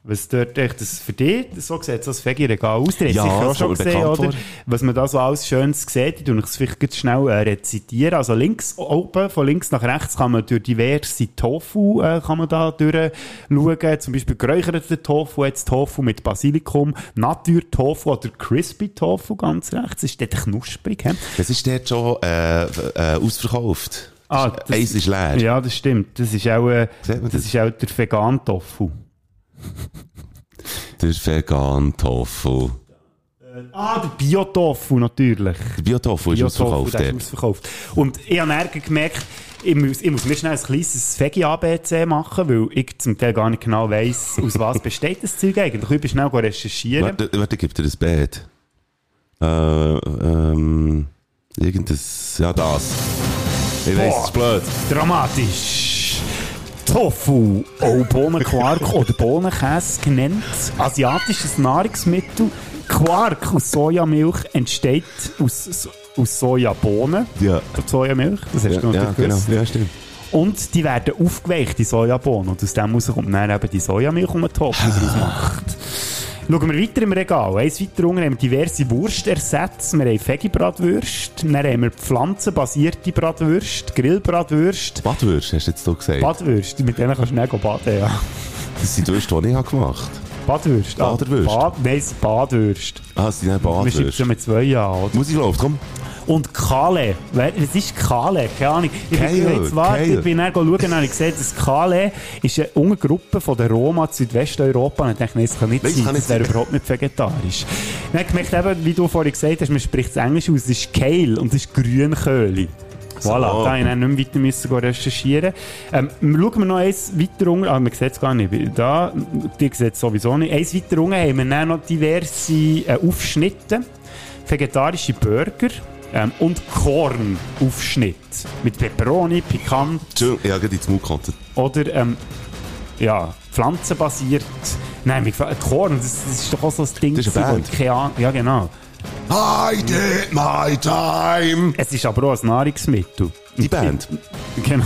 Speaker 5: was dort echt das für dich, so sieht so ein Fegi-Regal aus. Der hat
Speaker 3: Ja,
Speaker 5: sicher auch
Speaker 3: das
Speaker 5: schon
Speaker 3: kommt mir
Speaker 5: gesehen,
Speaker 3: bekannt
Speaker 5: oder?
Speaker 3: vor.
Speaker 5: Was man da so alles Schönes sieht, ich tue es vielleicht ganz schnell äh, rezitieren. Also links oben, von links nach rechts kann man durch diverse Tofu äh, kann man da durchschauen. Zum Beispiel geräucherten Tofu, jetzt Tofu mit Basilikum, Natur-Tofu oder Crispy-Tofu ganz rechts. Ist der knusprig, hä?
Speaker 3: Das ist dort schon äh, äh, ausverkauft.
Speaker 5: Ah,
Speaker 3: Das-
Speaker 5: das-
Speaker 3: Eins ist leer.
Speaker 5: Ja, das stimmt. Das ist auch, äh,
Speaker 3: Sieht man
Speaker 5: das
Speaker 3: das?
Speaker 5: ist auch der Vegan-Tofu.
Speaker 3: Der Vegan-Tofu.
Speaker 5: Ah, der Bio-Tofu natürlich.
Speaker 3: Der Bio-Tofu ist
Speaker 5: Bio-Tofu,
Speaker 3: ausverkauft
Speaker 5: der ist
Speaker 3: dort.
Speaker 5: ausverkauft. Und ich habe dann gemerkt, ich muss, ich muss mir schnell ein kleines Veggie-ABC machen, weil ich zum Teil gar nicht genau weiss, aus was besteht das Zeug eigentlich. Ich bin schnell recherchieren.
Speaker 3: Warte, warte, ich gebe dir das Bett. Äh, ähm, irgendes, ja das. Ich weiss, es ist blöd.
Speaker 5: Dramatisch. Tofu, auch Bohnenquark oder Bohnenkäse genannt, asiatisches Nahrungsmittel. Quark aus Sojamilch entsteht aus, aus Sojabohnen.
Speaker 3: Ja.
Speaker 5: Oder Sojamilch, das hast
Speaker 3: Ja,
Speaker 5: du
Speaker 3: ja
Speaker 5: natürlich
Speaker 3: genau.
Speaker 5: gewusst.
Speaker 3: Ja, stimmt.
Speaker 5: Und die werden aufgeweicht, die Sojabohnen. Und aus dem heraus kommt dann eben die Sojamilch, die man Tofu draus macht. Schauen wir weiter im Regal. Eins weiter unten haben wir diverse Wurstersätze. Wir haben Veggie-Bratwürste, dann haben wir pflanzenbasierte Bratwürste, Grillbratwürste,
Speaker 3: Badwürst, hast du jetzt hier gesagt?
Speaker 5: Badwürste. Mit denen kannst du nicht baden, ja.
Speaker 3: das sind die Würste, die ich habe gemacht
Speaker 5: Badwürste.
Speaker 3: Badwürste.
Speaker 5: Ah, Bad, nein, es sind Badwürste.
Speaker 3: Ah, es sind nicht
Speaker 5: Wir schreiben schon
Speaker 3: Badwürste.
Speaker 5: mit zwei Jahren, oder?
Speaker 3: Musik läuft, komm.
Speaker 5: Und Kale. Wer- Was ist Kale? Keine Ahnung. Ich bin,
Speaker 3: Kale,
Speaker 5: jetzt warte,
Speaker 3: Kale.
Speaker 5: ich bin dann schauen und habe gesehen, dass Kale ist eine Untergruppe von der Roma in Südwesteuropa. Und ich dachte, nein, das kann nicht
Speaker 3: Nein, das
Speaker 5: sein.
Speaker 3: kann
Speaker 5: das
Speaker 3: nicht
Speaker 5: wäre
Speaker 3: sein.
Speaker 5: überhaupt nicht vegetarisch. Dann habe ich gemerkt, eben, wie du vorhin gesagt hast, man spricht es Englisch aus, es ist Kale und es ist Grünköhle. Voilà,
Speaker 3: So.
Speaker 5: da musste ich dann nicht mehr weiter müssen gehen recherchieren. Ähm, schauen wir noch eins weiter unten. Ah, man sieht es gar nicht. Da, die sieht es sowieso nicht. Eins weiter unten haben wir dann noch diverse äh, Aufschnitte vegetarische Burger ähm, und Kornaufschnitt. Mit Peperoni, Pikant
Speaker 3: Entschuldigung, ich habe gerade ins Mund gekotet.
Speaker 5: oder ähm, ja, pflanzenbasiert. Nein, mir gefällt Korn, das, das ist doch auch so ein Ding,
Speaker 3: Das ist eine
Speaker 5: gewesen, wo
Speaker 3: Band.
Speaker 5: ich keine Ahnung- Ja, genau.
Speaker 3: I did my time!
Speaker 5: Es ist aber auch ein Nahrungsmittel.
Speaker 3: Die Band.
Speaker 5: Genau.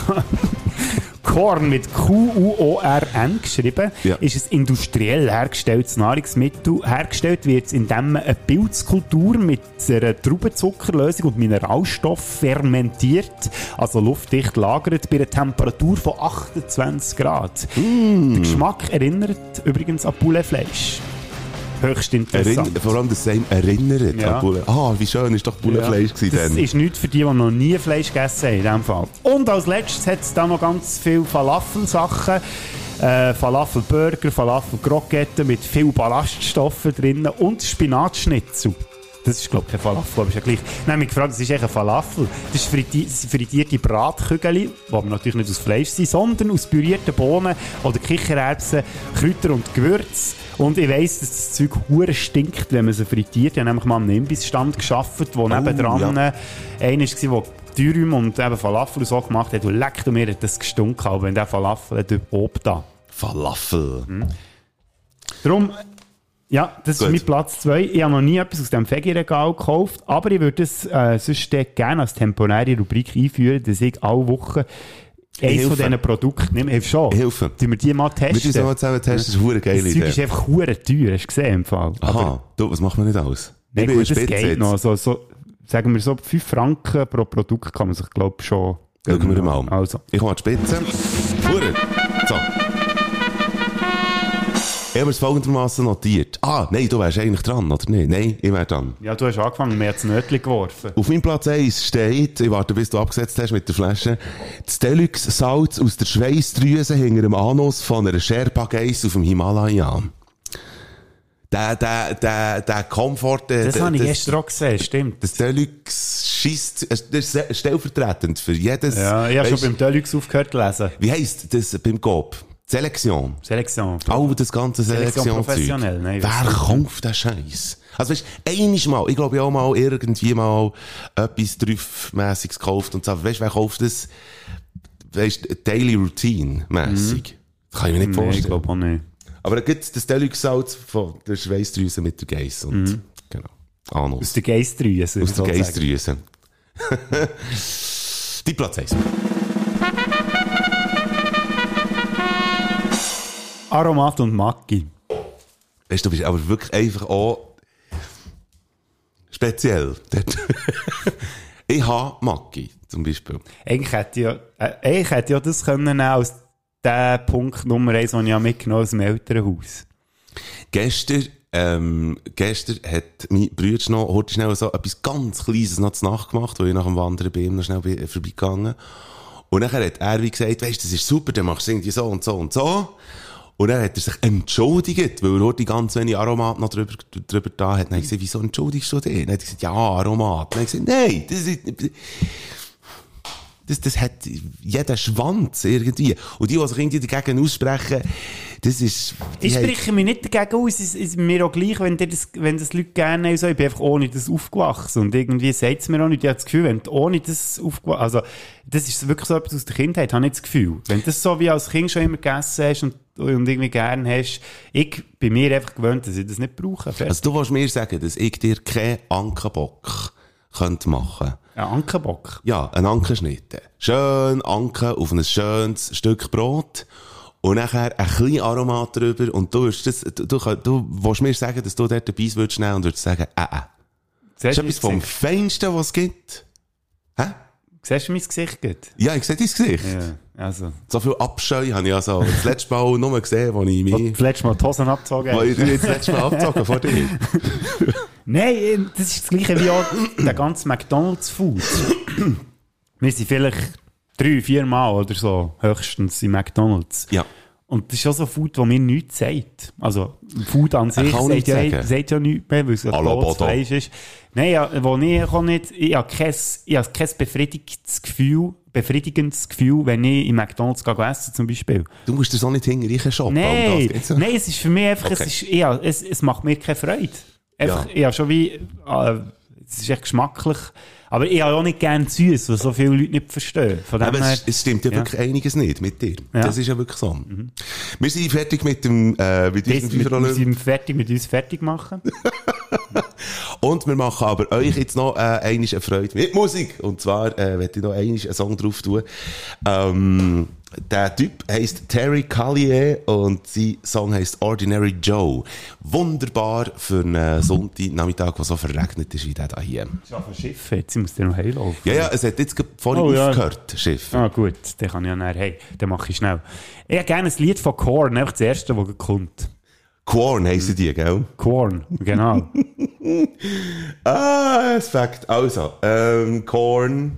Speaker 5: Korn mit Q-U-O-R-N geschrieben,
Speaker 3: Ja.
Speaker 5: ist ein industriell hergestelltes Nahrungsmittel. Hergestellt wird es, indem man eine Pilzkultur mit einer Traubenzuckerlösung und Mineralstoff fermentiert, also luftdicht lagert, bei einer Temperatur von 28 Grad.
Speaker 3: Mm.
Speaker 5: Der Geschmack erinnert übrigens an Pouletfleisch. Höchst interessant.
Speaker 3: Erinn- vor allem das Same erinnert
Speaker 5: Ja.
Speaker 3: an Bulle. Ah, wie schön ist doch Bullenfleisch
Speaker 5: Ja.
Speaker 3: gewesen
Speaker 5: Das
Speaker 3: dann.
Speaker 5: ist nichts für die, die noch nie Fleisch gegessen haben, in dem Fall. Und als letztes hat es da noch ganz viele Falafel-Sachen. Äh, Falafel-Burger, Falafel-Kroketten mit viel Ballaststoffen drin und Spinatschnitzel. Das ist, glaube ich, kein Falafel, aber ist ja gleich. Nein, mich gefragt, das ist echt ein Falafel. Das sind friti das sind frittierte Bratkügel, die aber natürlich nicht aus Fleisch sind, sondern aus pürierten Bohnen oder Kichererbsen, Kräuter und Gewürz. Und ich weiss, dass das Zeug hure stinkt, wenn man es frittiert. Ich habe nämlich mal am Imbissstand gearbeitet, wo nebendran
Speaker 3: ja.
Speaker 5: ja. einer war, der Dürüm und eben Falafel und so gemacht hat. Und leckt und mir hat das gestunken, aber wenn der Falafel hat, ob da.
Speaker 3: Falafel.
Speaker 5: Darum, ja, das
Speaker 3: Gut.
Speaker 5: ist mein Platz 2. Ich habe noch nie etwas aus dem Fegi-Regal gekauft, aber ich würde es äh, sonst dort gerne als temporäre Rubrik einführen, dass ich alle Woche eins
Speaker 3: Hilfe.
Speaker 5: von diesen Produkten nehme. Hilf schon.
Speaker 3: Hilfe.
Speaker 5: Die wir die mal
Speaker 3: Mit uns nochmal
Speaker 5: testen.
Speaker 3: zusammen testen, das ist eine hure geile
Speaker 5: Das Zeug ist
Speaker 3: Idee.
Speaker 5: einfach hure teuer, hast du gesehen im Fall.
Speaker 3: Aha, du, was macht man nicht aus?
Speaker 5: Nein,
Speaker 3: bin
Speaker 5: gut, das
Speaker 3: spitz
Speaker 5: geht
Speaker 3: jetzt.
Speaker 5: noch. So, so, sagen wir so, 5 Franken pro Produkt kann man sich, glaube ich, schon...
Speaker 3: Schauen wir mal.
Speaker 5: Also.
Speaker 3: Ich komme an die Spitze. Hure. So. Ich habe es folgendermaßen notiert. Ah, nein, du wärst eigentlich dran, oder nicht? Nein, ich wäre dran.
Speaker 5: Ja, du hast angefangen, mir jetzt Nötli geworfen.
Speaker 3: Auf meinem Platz 1 steht, ich warte, bis du abgesetzt hast mit der Flasche, das Deluxe-Salz aus der Schweißdrüse hinter dem Anus von einer Sherpa-Geiss auf dem Himalaya. Der, der, der, der Komfort, der,
Speaker 5: Das
Speaker 3: der-
Speaker 5: habe ich
Speaker 3: das-
Speaker 5: gestern auch gesehen, stimmt.
Speaker 3: das Deluxe schießt, das ist stellvertretend für jedes,
Speaker 5: Ja, ich habe schon
Speaker 3: weisst,
Speaker 5: beim Deluxe aufgehört zu lesen.
Speaker 3: wie heisst das beim GOP? Selektion.
Speaker 5: Selektion.
Speaker 3: Auch das ganze
Speaker 5: Selektion
Speaker 3: Selektionszeug.
Speaker 5: professionell, nein, weiss
Speaker 3: Wer kauft den Scheiß? Also weißt, einiges mal, ich glaube ja auch mal irgendwie mal etwas Trüffmässiges gekauft und so. Weißt, wer kauft das? Weißt, Daily Routine mässig. Das kann ich mir nicht
Speaker 5: Nee, ich
Speaker 3: vorstellen.
Speaker 5: glaube Mhm. auch nicht.
Speaker 3: Aber da gibt das Deluxe Salz von der Schweißdrüse mit der Geiss und
Speaker 5: Mhm.
Speaker 3: genau.
Speaker 5: Aus
Speaker 3: Anus.
Speaker 5: der Geistdrüse.
Speaker 3: Aus der
Speaker 5: sozusagen.
Speaker 3: Geissdrüse. Die Platz 1.
Speaker 5: Aromat und Maggi.
Speaker 3: Weißt du, du bist aber wirklich einfach auch speziell. Dort. ich habe Maggi zum Beispiel.
Speaker 5: Eigentlich hätte ich ja, äh, ich hätte ja das können nehmen als der Punkt Nummer eins, den ich ja mitgenommen habe aus dem Elternhaus.
Speaker 3: Gestern, ähm, gestern hat mein Bruder noch heute schnell so etwas ganz Kleines noch zu Nacht gemacht, wo ich nach dem Wandern bei ihm noch schnell bei- vorbeigegangen Und dann hat er wie gesagt, weißt du, das ist super, dann machst du irgendwie so und so und so. Und dann hat er sich entschuldigt, weil er heute ganz wenig Aromat noch drüber, drüber da hat. Dann habe ich gesagt, wieso entschuldigst du dich? Dann hat er gesagt, ja, Aromat. Dann habe ich gesagt, nein, das ist, das, das hat jeder Schwanz irgendwie. Und die, die sich irgendwie dagegen aussprechen, das ist... die
Speaker 5: Ich
Speaker 3: haben-
Speaker 5: spreche mich nicht dagegen aus, es ist mir auch gleich, wenn, dir das, wenn das Leute gerne haben. und So. Ich bin einfach ohne das aufgewachsen und irgendwie sagt es mir auch nicht. Ich habe das Gefühl, wenn du ohne das aufgewachsen also das ist wirklich so etwas aus der Kindheit, habe ich das Gefühl. Wenn du das so wie als Kind schon immer gegessen hast und, und irgendwie gerne hast, ich bin mir einfach gewöhnt, dass ich das nicht brauche. Fertig.
Speaker 3: Also du willst mir sagen, dass ich dir keinen Ankerbock könnte machen
Speaker 5: Ein Ankenbock.
Speaker 3: Ja, einen Anker schnitten. Schön Anker auf ein schönes Stück Brot. Und nachher ein kleines Aromat drüber. Und du, würdest das, du, du, könnt- du willst mir sagen, dass du dort dabei würdest nehmen und würdest sagen, äh, äh. Das ist
Speaker 5: Siehst du mein
Speaker 3: etwas vom
Speaker 5: Gesicht?
Speaker 3: Feinsten, was es gibt.
Speaker 5: Siehst du mein Gesicht? gerade?
Speaker 3: Ja, ich sehe dein Gesicht.
Speaker 5: Ja, also.
Speaker 3: So viel Abscheu habe ich also das letzte Mal nur gesehen, als ich mich...
Speaker 5: Das letzte Mal die Hosen abgezogen
Speaker 3: Weil ich
Speaker 5: hast.
Speaker 3: dir jetzt das letzte Mal abgezogen vor dir.
Speaker 5: Nein, äh, das ist das gleiche wie auch der ganze McDonalds-Food. Wir sind vielleicht drei, vier Mal oder so höchstens in McDonalds.
Speaker 3: Ja.
Speaker 5: Und das ist ja so Food, das mir nichts sagt. Also, Food an sich
Speaker 3: kann
Speaker 5: sagt
Speaker 3: nichts
Speaker 5: ja,
Speaker 3: sagen.
Speaker 5: sagt ja nichts mehr, weil es ja
Speaker 3: Hallo,
Speaker 5: totes
Speaker 3: Bodo.
Speaker 5: Fleisch ist. Nein, ja, wo ich kann nicht, ich habe kein, ich habe kein befriedigendes Gefühl, befriedigendes Gefühl, wenn ich in McDonalds gehe essen zum Beispiel.
Speaker 3: Du musst dir so nicht hinterher shoppen. um
Speaker 5: Nein, nein, es ist für mich einfach,
Speaker 3: Okay.
Speaker 5: es, ist, ja, es, es macht mir keine Freude. Einfach,
Speaker 3: Ja.
Speaker 5: Ich habe schon wie, äh, es ist echt geschmacklich, aber ich habe auch nicht gerne süß, was so viele Leute nicht verstehen. Von dem
Speaker 3: Aber
Speaker 5: her,
Speaker 3: es, es stimmt ja,
Speaker 5: ja.
Speaker 3: wirklich einiges nicht mit dir.
Speaker 5: Ja.
Speaker 3: Das ist ja wirklich so. Wir sind fertig mit dem äh, mit
Speaker 5: das,
Speaker 3: unserem
Speaker 5: mit, wir
Speaker 3: Fieberolymp.
Speaker 5: sind fertig mit uns fertig machen.
Speaker 3: Und wir machen aber euch jetzt noch äh, einmal eine Freude mit Musik. Und zwar äh, werde ich noch einmal einen Song drauf tun. Ähm, der Typ heißt Terry Collier und sein Song heißt Ordinary Joe. Wunderbar für einen Sonntagnachmittag, der so verregnet ist wie der da hier.
Speaker 5: Schiff, jetzt muss der noch heilaufen.
Speaker 3: Ja, ja, es hat jetzt gerade vorhin
Speaker 5: Oh, ja.
Speaker 3: aufgehört, Schiff.
Speaker 5: Ah gut, dann kann ich ja nachher, hey, dann mache ich schnell. Ich habe gerne ein Lied von Korn, einfach das erste, das kommt.
Speaker 3: Corn heissen die, gell?
Speaker 5: Korn, genau.
Speaker 3: Ah, es fängt. Also, ähm, Korn.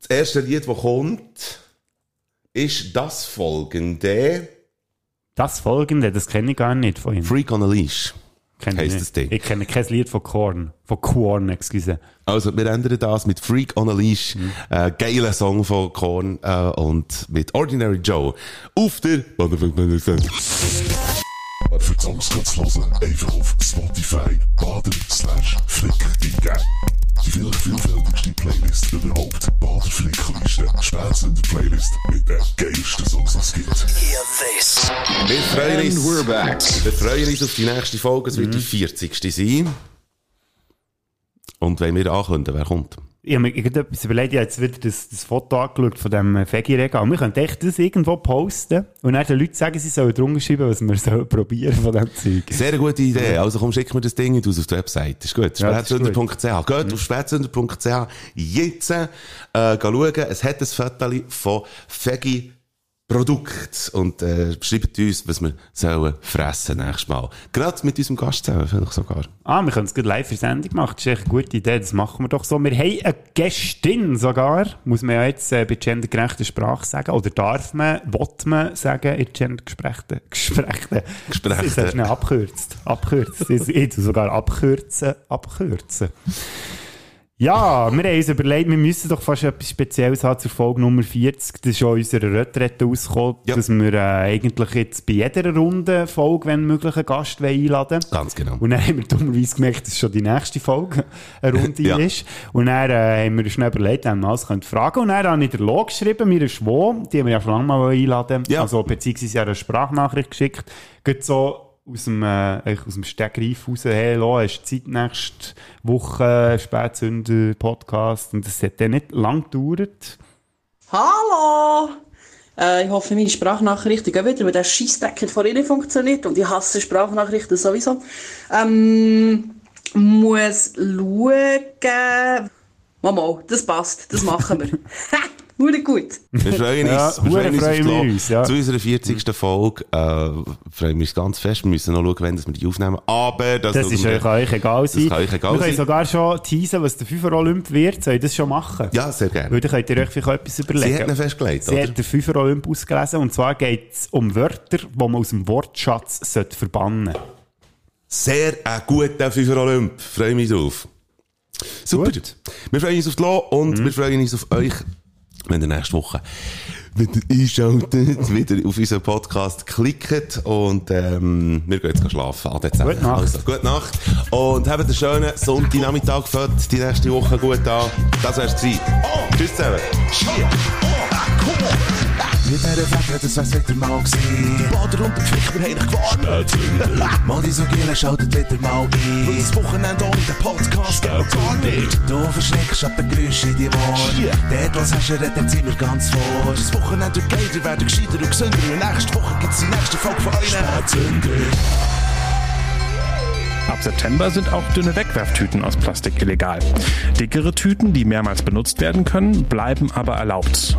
Speaker 3: Das erste Lied, das kommt, ist das folgende.
Speaker 5: Das folgende, das kenne ich gar nicht von ihm.
Speaker 3: Freak on a Leash.
Speaker 5: Kenne ich
Speaker 3: heisst
Speaker 5: nicht.
Speaker 3: das Ding.
Speaker 5: Ich kenne kein Lied von Korn, von Korn, excuse.
Speaker 3: Also, wir ändern das mit Freak on a Leash. Äh, geiler Song von Korn äh, und mit Ordinary Joe. Auf der...
Speaker 10: Für die Songs kannst du hören, einfach auf Spotify baden slash flicker eingeben. Die viel vielfältigste Playlist überhaupt. Bader Flickerliste. Spätzender Playlist mit den geilsten Songs, die es gibt.
Speaker 3: Wir freuen uns. Wir freuen uns auf die nächste Folge. Es wird die 40. sein. Und wenn wir ankündigen, wer kommt.
Speaker 5: Ich habe mir irgendetwas überlegt, ich habe jetzt wieder das, das Foto angeschaut von dem Fegi-Regal. Wir könnten echt das irgendwo posten und dann den Leuten sagen, sie sollen drunter schreiben, was wir sollen probieren von diesem Zeug.
Speaker 3: Sehr gute Idee. Also komm, schick mir das Ding du auf die Website. Ist gut.
Speaker 5: Ja, das ist Mhm.
Speaker 3: Spätzünder.ch. Geht auf spätzünder.ch jetzt äh, geh schauen. Es hat ein Foto von Fegi Produkt und äh, schreibt uns, was wir sollen fressen nächstes Mal. Gerade mit unserem Gast zusammen, vielleicht sogar.
Speaker 5: Ah, wir können es gut live für Sendung machen. Das ist echt eine gute Idee. Das machen wir doch so. Wir haben eine Gästin sogar. Muss man ja jetzt äh, bei gendergerechter Sprache sagen. Oder darf man, will man sagen, in gendergesprechten Gesprechten.
Speaker 3: Gesprechten.
Speaker 5: Das ist schnell abkürzt. Abkürzt. Ich ich tu sogar abkürzen, abkürzen. Ja, wir haben uns überlegt, wir müssen doch fast etwas Spezielles haben zur Folge Nummer 40. Das ist auch unserer Retrette rausgekommen,
Speaker 3: Ja.
Speaker 5: dass wir äh, eigentlich jetzt bei jeder Runde Folge, wenn möglich, einen Gast wollen einladen
Speaker 3: Ganz genau.
Speaker 5: und dann haben wir dummerweise gemerkt, dass schon die nächste Folge eine Runde
Speaker 3: Ja.
Speaker 5: ist. Und dann äh, haben wir schnell überlegt, wenn wir alles können fragen Und dann habe ich der Lo geschrieben, mir ist wo, die haben wir ja schon lange mal einladen
Speaker 3: Ja.
Speaker 5: Also beziehungsweise eine Sprachnachricht geschickt. Geht so aus dem, äh, eigentlich aus dem Stegreif raus, hey Lo, hast Zeit nächste Woche, äh, Spätsünder, Podcast. Und das hat dann nicht lang gedauert.
Speaker 11: Hallo! Äh, ich hoffe, meine Sprachnachrichten gehen wieder, weil der Scheissdreck hat von innen funktioniert und ich hasse Sprachnachrichten sowieso. Ähm, muss schauen. Mal, mal, das passt, das machen wir. ha! Wurde gut.
Speaker 3: Wir freuen
Speaker 5: Ja,
Speaker 3: uns. wir freuen uns,
Speaker 5: hure freuen
Speaker 3: aufs
Speaker 5: wir
Speaker 3: Lob.
Speaker 5: uns, ja. Mhm.
Speaker 3: Zu unserer 40. Folge äh, freuen wir uns ganz fest. Wir müssen noch schauen, wenn das wir die aufnehmen. Aber das,
Speaker 5: Das
Speaker 3: schauen
Speaker 5: ist
Speaker 3: wir-
Speaker 5: euch, euch egal sein.
Speaker 3: kann euch egal
Speaker 5: wir können
Speaker 3: sein.
Speaker 5: sogar schon teasen, was der Fünfer Olymp wird. Soll ich das schon machen?
Speaker 3: Ja, sehr
Speaker 5: Weil
Speaker 3: gerne.
Speaker 5: dann könnt ihr euch vielleicht auch etwas überlegen.
Speaker 3: Sie hat ihn festgelegt,
Speaker 5: Sie
Speaker 3: oder?
Speaker 5: hat den Fünfer Olymp ausgelesen. Und zwar geht es um Wörter, die man aus dem Wortschatz sollte verbannen sollte.
Speaker 3: Sehr ein guter Fünfer Olymp. Freue mich drauf. Super. Wir freuen uns auf die Lo
Speaker 5: Mhm.
Speaker 3: und wir freuen uns auf euch, wenn ihr nächste Woche wieder einschaltet, wieder auf unseren Podcast klickt und ähm, wir gehen jetzt schlafen. Ade zusammen.
Speaker 5: Gute Nacht.
Speaker 3: Also, gute Nacht und habt einen schönen Sonntagnachmittag. Fällt die nächste Woche gut an. Das wär's gewesen. Tschüss zusammen.
Speaker 4: Mit dieser Fächer, das wär's wieder mal gewesen. Die Bader und der Pfichter haben dich gewarnt. Modi so gillen, schaltet wieder mal ein. Und das Wochenende ohne den Podcast geht gar nicht. Du verschreckst ab den Geräusch in die Ohren. Dort, was hast du, redet sind wir ganz vor. Das Wochenende wird geiler, werden gescheiter und gesünder. Und nächste Woche gibt's die nächste Folge von euren Spätzünder.
Speaker 8: Ab September sind auch dünne Wegwerftüten aus Plastik illegal. Dickere Tüten, die mehrmals benutzt werden können, bleiben aber erlaubt.